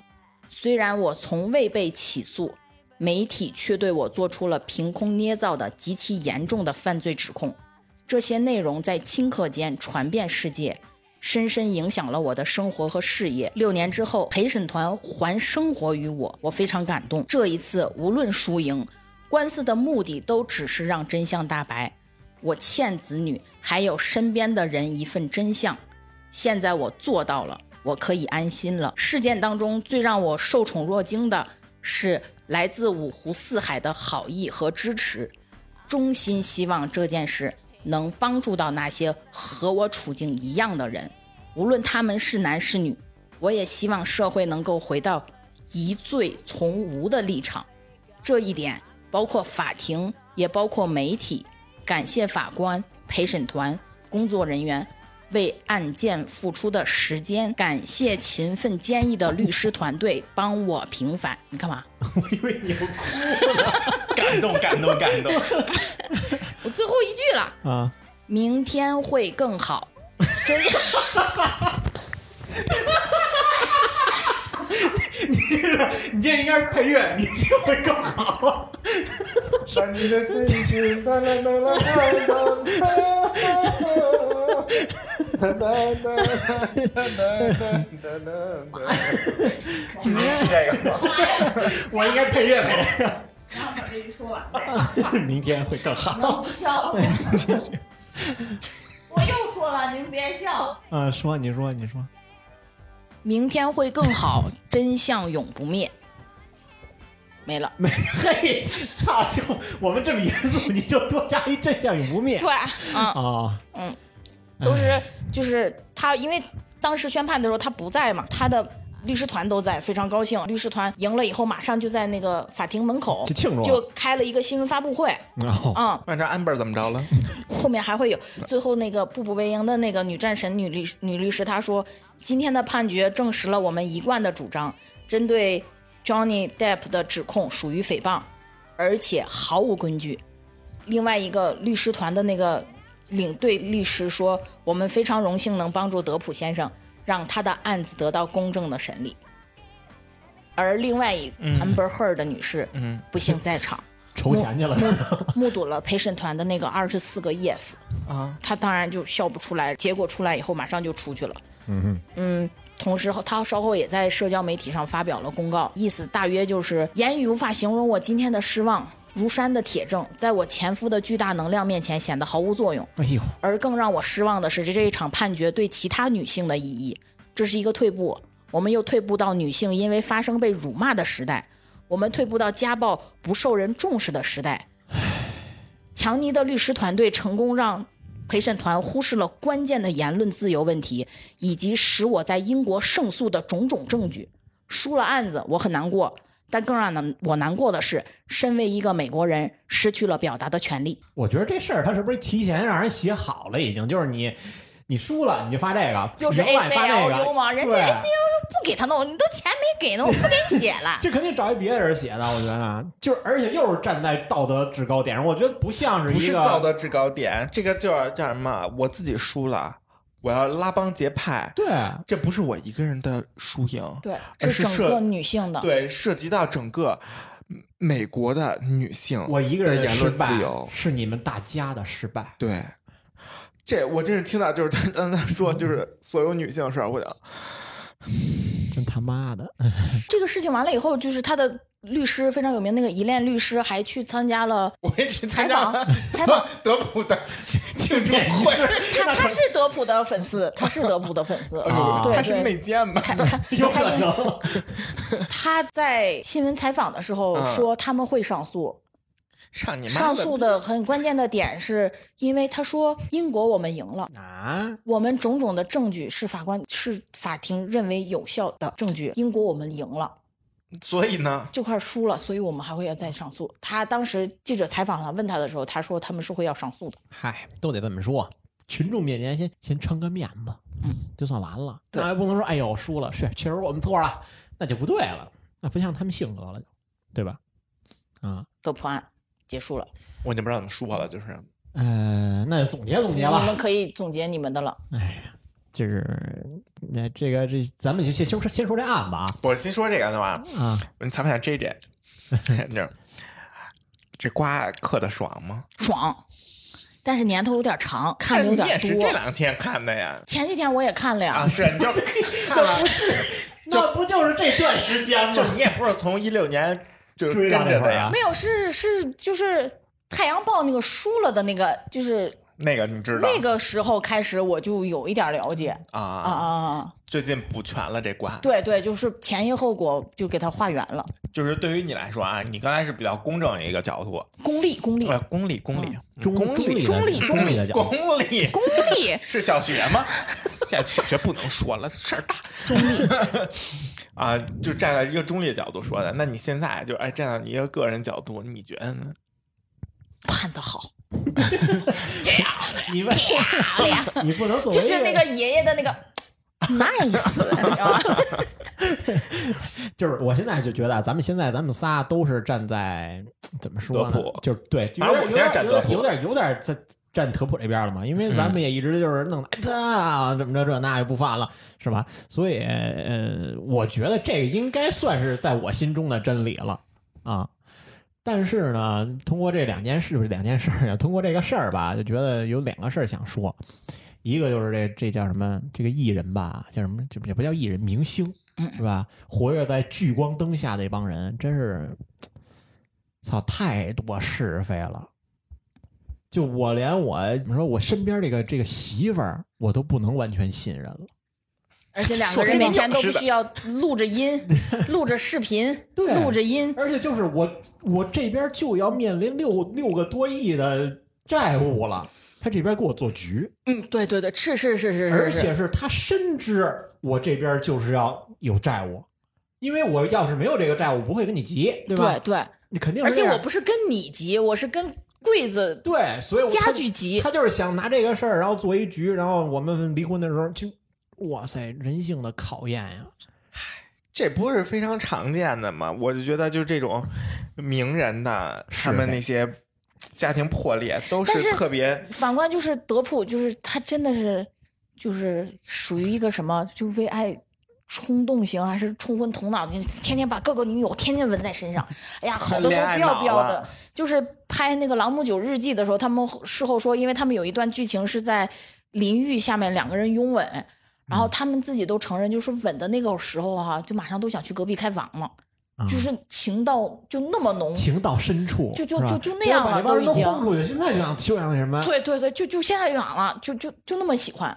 C: 虽然我从未被起诉，媒体却对我做出了凭空捏造的极其严重的犯罪指控。这些内容在顷刻间传遍世界，深深影响了我的生活和事业。六年之后，陪审团还生活于我，我非常感动。这一次，无论输赢，官司的目的都只是让真相大白。我欠子女还有身边的人一份真相。现在我做到了，我可以安心了。事件当中最让我受宠若惊的是来自五湖四海的好意和支持，衷心希望这件事能帮助到那些和我处境一样的人，无论他们是男是女。我也希望社会能够回到疑罪从无的立场，这一点包括法庭，也包括媒体。感谢法官、陪审团、工作人员为案件付出的时间，感谢勤奋坚毅的律师团队帮我平反。你干嘛？
A: 我以为你要哭
B: 感动，感动，感动！
C: 我最后一句了，
A: 啊，
C: 明天会更好。真的，
A: 你这应该是配乐，你这会更好。我应该配乐配
C: 让我把这句说完。
A: 乐，明天会更好。
C: 能不笑？我又说了，您别笑。
A: 啊，说你说你说，
C: 明天会更好，真相永不灭。没了。
A: 没嘿，操！就我们这么严肃，你就多加一真相永不灭
C: 对，嗯，
A: 啊。
C: 都
A: 嗯
C: 是就是他，因为当时宣判的时候他不在嘛，他的律师团都在，非常高兴。律师团赢了以后，马上就在那个法庭门口
A: 就庆祝
C: 就开了一个新闻发布会。
A: 然后
C: 嗯，
B: 那这安本怎么着了？
C: 后面还会有。最后那个步步为营的那个女战神女律女律师，她说今天的判决证实了我们一贯的主张，针对 Johnny Depp 的指控属于诽谤，而且毫无根据。另外一个律师团的那个领队律师说，我们非常荣幸能帮助德普先生让他的案子得到公正的审理。而另外一个 Amber Heard 的女士，
B: 嗯，
C: 不幸在场，
A: 筹钱去了，
C: 目睹了陪审团的那个二十四个 yes。
B: 啊，
C: 他当然就笑不出来，结果出来以后马上就出去了。
A: 嗯
C: 嗯，同时他稍后也在社交媒体上发表了公告，意思大约就是言语无法形容我今天的失望，如山的铁证在我前夫的巨大能量面前显得毫无作用。
A: 哎呦，
C: 而更让我失望的是，这一场判决对其他女性的意义，这是一个退步。我们又退步到女性因为发声被辱骂的时代，我们退步到家暴不受人重视的时代。强尼的律师团队成功让陪审团忽视了关键的言论自由问题，以及使我在英国胜诉的种种证据。输了案子，我很难过，但更让难我难过的是，身为一个美国人，失去了表达的权利。
A: 我觉得这事儿他是不是提前让人写好了？已经就是你，你输了你就发这个，
C: 又是
A: 你赢了你发这
C: ACLU
A: 个
C: 吗？人家
A: 对。
C: ACLU 不给他弄，你都钱没给呢，我不给你写了
A: 这肯定找一别的人写的，我觉得啊，就是而且又是站在道德制高点上，我觉得不像是
B: 不
A: 一
B: 是
A: 个
B: 道德制高点，这个叫叫什么？我自己输了，我要拉帮结派，
A: 对，
B: 这不是我一个人的输赢，
C: 对，
B: 而
C: 这
B: 是
C: 整
B: 社
C: 个女性的，
B: 对，涉及到整个嗯美国的女性，
A: 我一个人
B: 的言
A: 失
B: 论
A: 败
B: 自由，
A: 是你们大家的失败。
B: 对。这我真是听到，就是他他他说就是所有女性的事儿，我想
A: 真他妈的，
C: 这个事情完了以后，就是她的律师非常有名那个一恋律师还去参加 了
B: 我也去
C: 采
B: 参加
C: 访
B: 了
C: 采访，
B: 德普的庆庆祝会，
C: 他他是德普的粉丝，他是德普的粉丝，
A: 啊
C: 对
B: 他是内
C: 对。
B: 奸吧？
C: 看看
A: 有
C: 看
A: 可能。
C: 他在新闻采访的时候
B: 嗯
C: 说他们会上诉，
B: 上你妈
C: 上诉的很关键的点是因为他说英国我们赢了，
A: 啊，
C: 我们种种的证据是法官是法庭认为有效的证据，英国我们赢了，
B: 所以呢，
C: 这块输了，所以我们还会要再上诉。他当时记者采访他问他的时候，他说他们是会要上诉的。
A: 嗨，都得这么说。群众面前先先撑个面子，就算完了。
C: 对
A: 那还不能说，哎呦，输了，是确实我们错了，那就不对了，那不像他们性格了，就对吧？啊，
C: 德普案结束了，
B: 我就不知道怎么说了，就是
A: 呃，那就总结总结
C: 你
A: 吧
C: 们。可以总结你们的了。
A: 哎呀，就是那这个这，咱们就先先说先说这案啊吧
B: 我先说这个的吧，
A: 啊啊，
B: 你采访一下 J J，就是这瓜嗑的爽吗？
C: 爽，但是年头有点长，看的有
B: 你也
C: 点
B: 是这
C: 多。
B: 两天看的呀？
C: 前几天我也看了呀，
B: 啊，是 你就看了，
A: 那不 就是这段时间
B: 就你也不是从一六年就
A: 追
B: 跟
A: 到
B: 着
A: 这会
B: 的
A: 儿
B: 呀
A: 啊？
C: 没有是是就是《太阳报》那个输了的那个，就是
B: 那个你知道
C: 那个时候开始我就有一点了解啊啊
B: 啊？
C: 啊！啊
B: 最近补全了这瓜，
C: 对对，就是前因后果就给它画圆了，
B: 就是对于你来说啊，你刚才是比较公正的一个角度，
C: 功利功利
A: 哎
B: 呃，公理公理
C: 嗯
A: 中
B: 公
A: 中立
B: 理
A: 的
C: 中立
A: 中立的角
B: 公
A: 度，
B: 理
C: 功利
B: 是小学吗？现在小学不能说了，事儿大。
C: 中立，
B: 啊，就站在一个中立角度说的。那你现在就哎，站到你一个个人角度，你觉得呢？
C: 判的好，
A: 你们
C: 哎呀，
A: 你不能总
C: 就是那个爷爷的 那个 nice，你知道吗？
A: 就是我现在就觉得啊，咱们现在咱们仨都是站在怎么说呢？
B: 德普
A: 就是对，
B: 反正我现在站德普
A: 有点有点有点在站德普这边了嘛，因为咱们也一直就是弄的，哎这啊怎么着这那也不犯了，是吧？所以呃，我觉得这个应该算是在我心中的真理了啊。但是呢，通过这两件事，不是两件事儿啊，通过这个事儿吧，就觉得有两个事儿想说，一个就是这这叫什么？这个艺人吧，叫什么？这也不叫艺人，明星是吧？活跃在聚光灯下那帮人，真是，操，太多是非了。就我连我你说我身边这个这个媳妇儿，我都不能完全信任了。
C: 而且两个人每天都必须要录着 音，录着视频，
A: 对
C: 录着音，
A: 而且就是我我这边就要面临六六个多亿的债务了，他这边给我做局，
C: 嗯，对对对，是是是是
A: 而
C: 是是，
A: 且是他深知我这边就是要有债务，因为我要是没有这个债务，我不会跟你急，对吧？
C: 对对，
A: 你肯定
C: 而
A: 是这
C: 且
A: 样。
C: 我不是跟你急，我是跟柜子
A: 对，所以我
C: 家具急
A: 他就是想拿这个事儿，然后做一局，然后我们离婚的时候，就哇塞，人性的考验呀、
B: 这不是非常常见的吗？我就觉得，就这种名人的，
A: 是
B: 他们那些家庭破裂都
C: 但是
B: 特别
C: 反观就是德普，就是他真的是就是属于一个什么，就为爱冲动型还是冲昏头脑，就是天天把各个女友天天纹在身上。哎呀，好的时
B: 恋
C: 候
B: 爱
C: 不要
B: 脑
C: 不要
B: 啊
C: 的。就是拍那个《朗姆酒日记》的时候，他们后事后说，因为他们有一段剧情是在淋浴下面两个人拥吻，然
B: 嗯
C: 后他们自己都承认，就是吻的那个时候哈、就马上都想去隔壁开房了，
A: 啊，
B: 嗯
C: 就是情到就那么浓。
A: 情到深处，
C: 就是就
A: 吧
C: 就就那样了，
A: 不要把
C: 都
A: 这
C: 已
A: 帮人
C: 经
A: 都轰出去，现在就想就想那什么。
C: 对对对，就就现在就想了，就就就那么喜欢，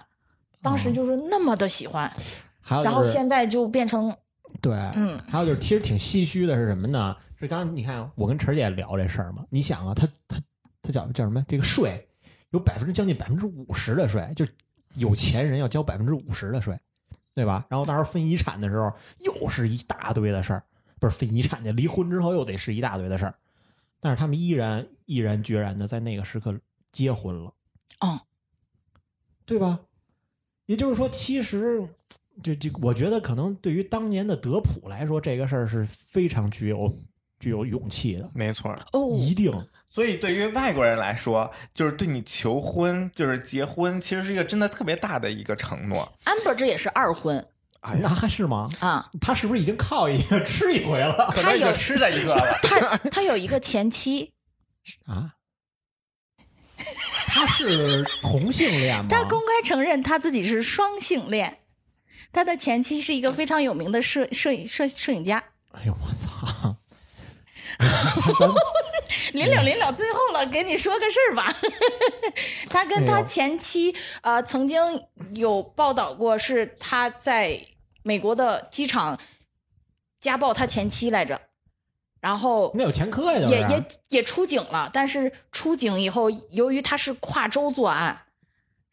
C: 当时就是那么的喜欢，
A: 还有
C: 然后
A: 哦就是
C: 现在就变成
A: 对，
C: 嗯，
A: 还有就是，其实挺唏嘘的是什么呢？是刚刚你看我跟晨儿姐聊这事儿嘛，你想啊，他他他叫叫什么？这个税有百分之将近百分之五十的税，就是有钱人要交百分之五十的税，对吧？然后到时候分遗产的时候，又是一大堆的事儿，不是分遗产去离婚之后又得是一大堆的事儿，但是他们依然毅然决然的在那个时刻结婚了，
C: 嗯，
A: 对吧？也就是说，其实这这，我觉得可能对于当年的德普来说，这个事儿是非常具有具有勇气的，
B: 没错。
C: 哦
A: 一定
B: 所以对于外国人来说，就是对你求婚，就是结婚，其实是一个真的特别大的一个承诺。
C: ，amber 这也是二婚
B: 哎呀，
A: 啊，还是吗？
C: 啊，
A: 他是不是已经靠一个吃一回了
B: 可能已
C: 他
B: 经
C: 有
B: 吃了一个了。
C: 他他有一个前 妻，
A: 啊？他是同性恋吗？
C: 他公开承认他自己是双性恋，他的前妻是一个非常有名的摄摄影摄摄影家，
A: 哎呦我操！
C: 临
A: 嗯
C: 了临了，最后了，给你说个事儿吧。 他跟
A: 哎
C: 他前妻呃曾经有报道过，是他在美国的机场家暴他前妻来着，然后
A: 那有啊前科呀，
C: 也
A: 就是
C: 也也出警了，但是出警以后，由于他是跨州作案，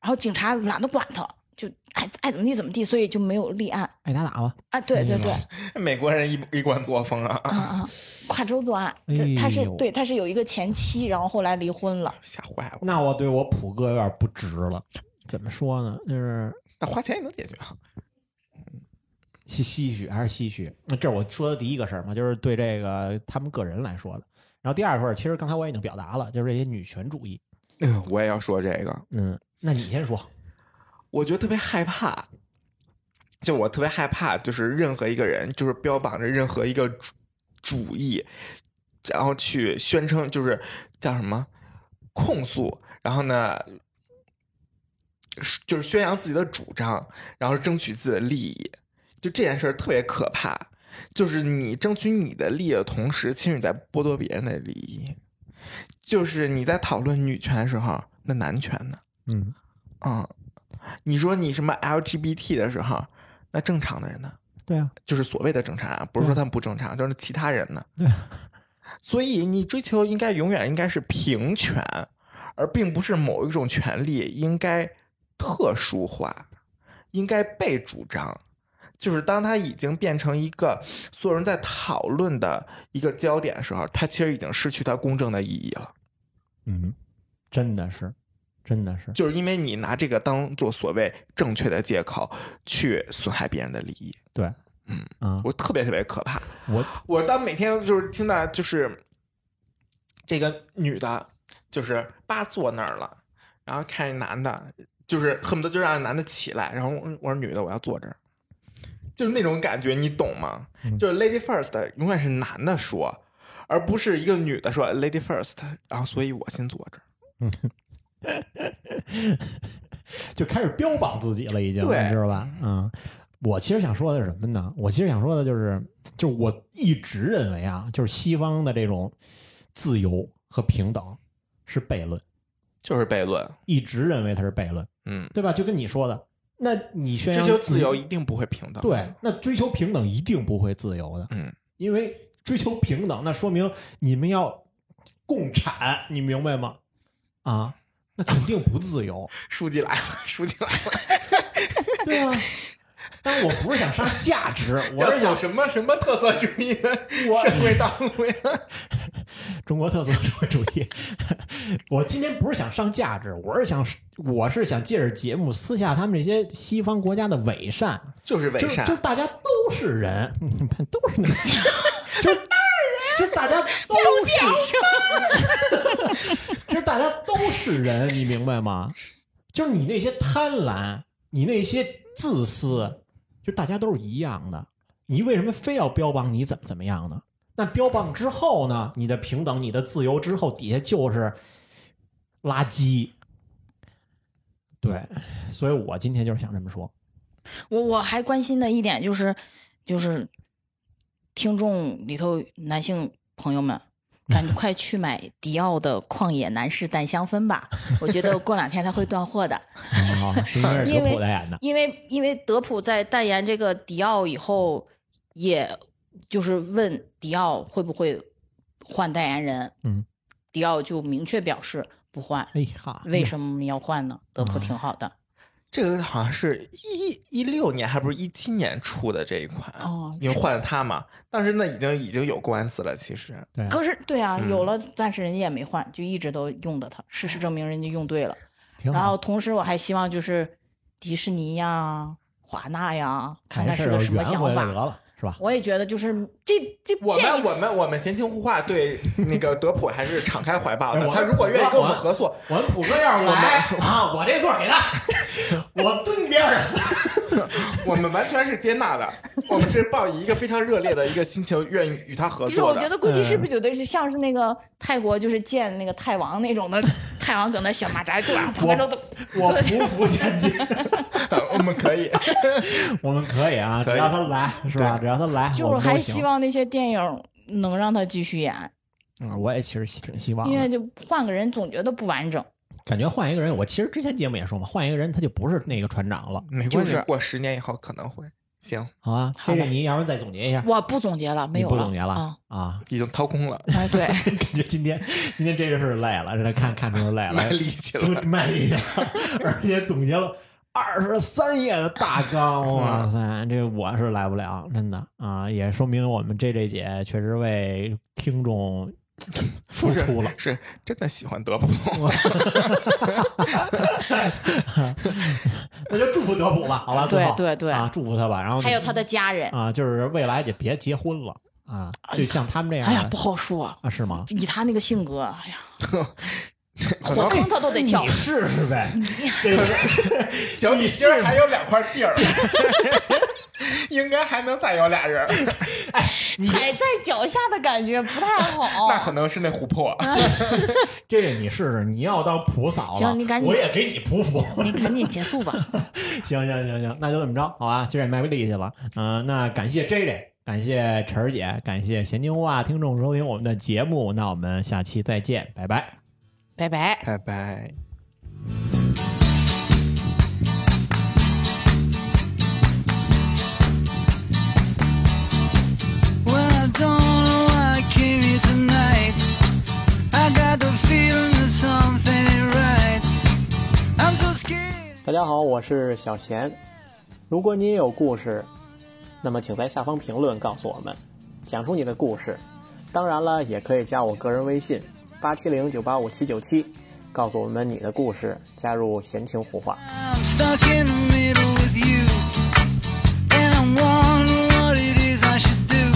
C: 然后警察懒得管他，就爱爱怎么地怎么地，所以就没有立案。
A: 挨打打吧。
C: 啊，对
A: 哎
C: 对对，
B: 美国人一一贯作风啊，
C: 啊啊，跨州作案，
A: 哎
C: 这他是
A: 呦
C: 对他是有一个前妻，然后后来离婚了。
B: 吓坏我。
A: 那我对我普哥有点不值了。怎么说呢？就是
B: 那花钱也能解决啊。
A: 唏唏嘘还是唏嘘。那这是我说的第一个事儿嘛，就是对这个他们个人来说的。然后第二个事儿，其实刚才我已经表达了，就是这些女权主义。
B: 嗯， 我也要说这个，
A: 嗯，那你先说。
B: 我觉得特别害怕，就我特别害怕，就是任何一个人，就是标榜着任何一个主主义，然后去宣称就是叫什么控诉，然后呢，就是宣扬自己的主张，然后争取自己的利益，就这件事儿特别可怕。就是你争取你的利益的同时，其实你在剥夺别人的利益。就是你在讨论女权的时候，那男权呢？
A: 嗯，
B: 嗯，你说你什么 LGBT 的时候，那正常的人呢？
A: 对啊，
B: 就是所谓的正常啊，不是说他们不正常，就是其他人呢。
A: 对啊，
B: 所以你追求应该永远应该是平权，而并不是某一种权利应该特殊化，应该被主张。就是当它已经变成一个所有人在讨论的一个焦点的时候，它其实已经失去它公正的意义了。
A: 嗯，真的是，真的是。
B: 就是因为你拿这个当做所谓正确的借口去损害别人的利益，
A: 对，
B: 嗯
A: 啊，
B: 我特别特别可怕。
A: 我
B: 我当每天就是听到就是这个女的，就是爸坐那儿了，然后看这男的，就是恨不得就让男的起来，然后我我说女的我要坐这儿，就是那种感觉，你懂吗？
A: 嗯
B: 就是 lady first 永远是男的说，而不是一个女的说 lady first，然后所以我先坐这儿。
A: 就开始标榜自己了，已经，
B: 对
A: 你知道吧？嗯，我其实想说的是什么呢？我其实想说的就是，就我一直认为啊，就是西方的这种自由和平等是悖论，
B: 就是悖论，
A: 一直认为它是悖论，
B: 嗯，
A: 对吧？就跟你说的，那你宣
B: 追
A: 扬
B: 求自由一定不会平等。
A: 对，，那追求平等一定不会自由的，
B: 嗯，
A: 因为追求平等，那说明你们要共产，你明白吗？啊，那肯定不自由。
B: 书记来了， 书记来了，
A: 对啊，但我不是想杀价 值，我
B: 要
A: 是想
B: 走什么什么特色主义的
A: 我
B: 社会道路呀？
A: 中国特色社会主义。 我今天不是想上价值，我是想我是想借着节目撕下他们这些西方国家的伪善，
B: 就是伪
A: 就
B: 善
A: 就，大家都是人， 你看都是人， 就就大家都是，就是大家都是人，你明白吗？就是你那些贪婪，你那些自私，就大家都是一样的。你为什么非要标榜你怎么怎么样呢？那标榜之后呢？你的平等、你的自由之后，底下就是垃圾。对，所以我今天就是想这 么说。
C: 我我还关心的一点就是，就是听众里头男性朋友们， 赶快去买迪奥的旷野男士淡香氛吧，我觉得过两天它会断货 的。
A: 啊，是因为是
C: 因
A: 德
C: 为
A: 普代言的，
C: 因为因为德普在代言这个迪奥以后，也就是问迪奥会不会换代言人，
A: 嗯，
C: 迪奥就明确表示不换。
A: 哎哈，
C: 为什么要换呢？德普挺好的
B: 这个好像是一一六年，还不是一七年出的这一款
A: 啊
C: 哦
B: 因为换了它嘛。但是那已经已经有官司了，其实
A: 对啊
C: 可是对啊，
B: 嗯
C: 有了，但是人家也没换，就一直都用的它。事实证明，人家用对了。
A: 挺
C: 然后
A: 好。
C: 同时我还希望就是迪士尼呀、华纳呀，看看
A: 事
C: 是
A: 儿啊
C: 个什么
A: 圆
C: 想
A: 回来得
C: 法。
A: 了，是吧？
C: 我也觉得就是这这
B: 我
C: 电
B: 们
C: 影
B: 我们我们闲情互话，对那个德普还是敞开怀抱
A: 哎
B: 的。
A: 我
B: 他如果愿意跟我
A: 我
B: 们合作，
A: 我们普哥要是来啊，我这座儿给 他，我蹲边上。
B: 我们完全是接纳 的。我们是抱以一个非常热烈的一个心情，愿意与他合
C: 不是，
B: 作
C: 我
B: 的。
C: 觉得估计
A: 嗯
C: 是不是有的是像是那个泰国就是见那个泰王那 种的，泰王搁那小马扎坐，旁边都都
A: 我
C: 对
A: 匍匐前进，
B: 嗯我们可以。
A: 我们可以啊，
B: 可以
A: 只要他来，是吧？只要他来，
C: 就
A: 我
C: 是
A: 们都
C: 还
A: 行
C: 希望那些电影能让他继续演，
A: 啊，我也其实挺希望
C: 因为
A: 的，
C: 就换个人总觉得不完整。
A: 感觉换一个人，我其实之前节目也说嘛，换一个人他就不是那个船长了，
B: 没关系，
C: 就是
B: 过十年以后可能会行，
A: 好吧？
C: 嗯好
A: 这
C: 嘞
A: 个你要不然再总结一下，
C: 我不总结了，没
A: 你
C: 有
A: 不总结了
C: 啊、
A: 啊？
B: 已经掏空了，
C: 哎， 对，
A: 感觉今天今天这个是累了，这看看出来累了，
B: 卖力气了。
A: 卖力气了， 而且总结了二十三页的大纲，啊哇塞，这我是来不了，真的啊，也说明我们 J J 姐确实为听众 付出了。
B: 是真的喜欢德 普，
A: 那就祝福德普吧，好吧，
C: 对
A: 最后
C: 对对
A: 啊，祝福他吧。然后
C: 还有他的家人，
A: 啊，就是未来也别结婚了啊，就像他们这样
C: 哎呀，不
A: 的
C: 好说。
A: 啊，是吗？
C: 以他那个性格，哎呀，
B: 可
C: 火
B: 能
C: 坑他都得跳
A: 你。试试呗，这个
B: 脚底心儿还有两块地儿， 应该还能再有俩人儿，
C: 踩在脚下的感觉不太好。
B: 那可能是那琥 珀。
A: 这个你试试，你要当普嫂了，
C: 行你赶紧
A: 我也给你普 普。
C: 你赶紧结束吧。
A: 行行行行，那就这么着，好吧，今儿也卖力气了，嗯、那感谢 J J，感谢晨儿姐，感谢咸宁话听众收听我们的节目，那我们下期再见，拜拜。
C: 拜拜。
B: 拜拜。
F: Well, I don't know why I came here tonight. I got the feeling that something ain't right. I'm so scared.
G: 大家好，我是小贤。如果你也有故事，那么请在下方评论告诉我们，讲述你的故事。当然了，也可以加我个人微信八七零九八五七九七，告诉我们你的故事，加入闲情胡话。
F: I'm stuck in the middle with you. And I'm wondering what it is I should do.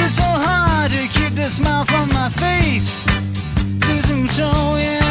F: It's so hard to keep the smile from my face. Losing control, yeah,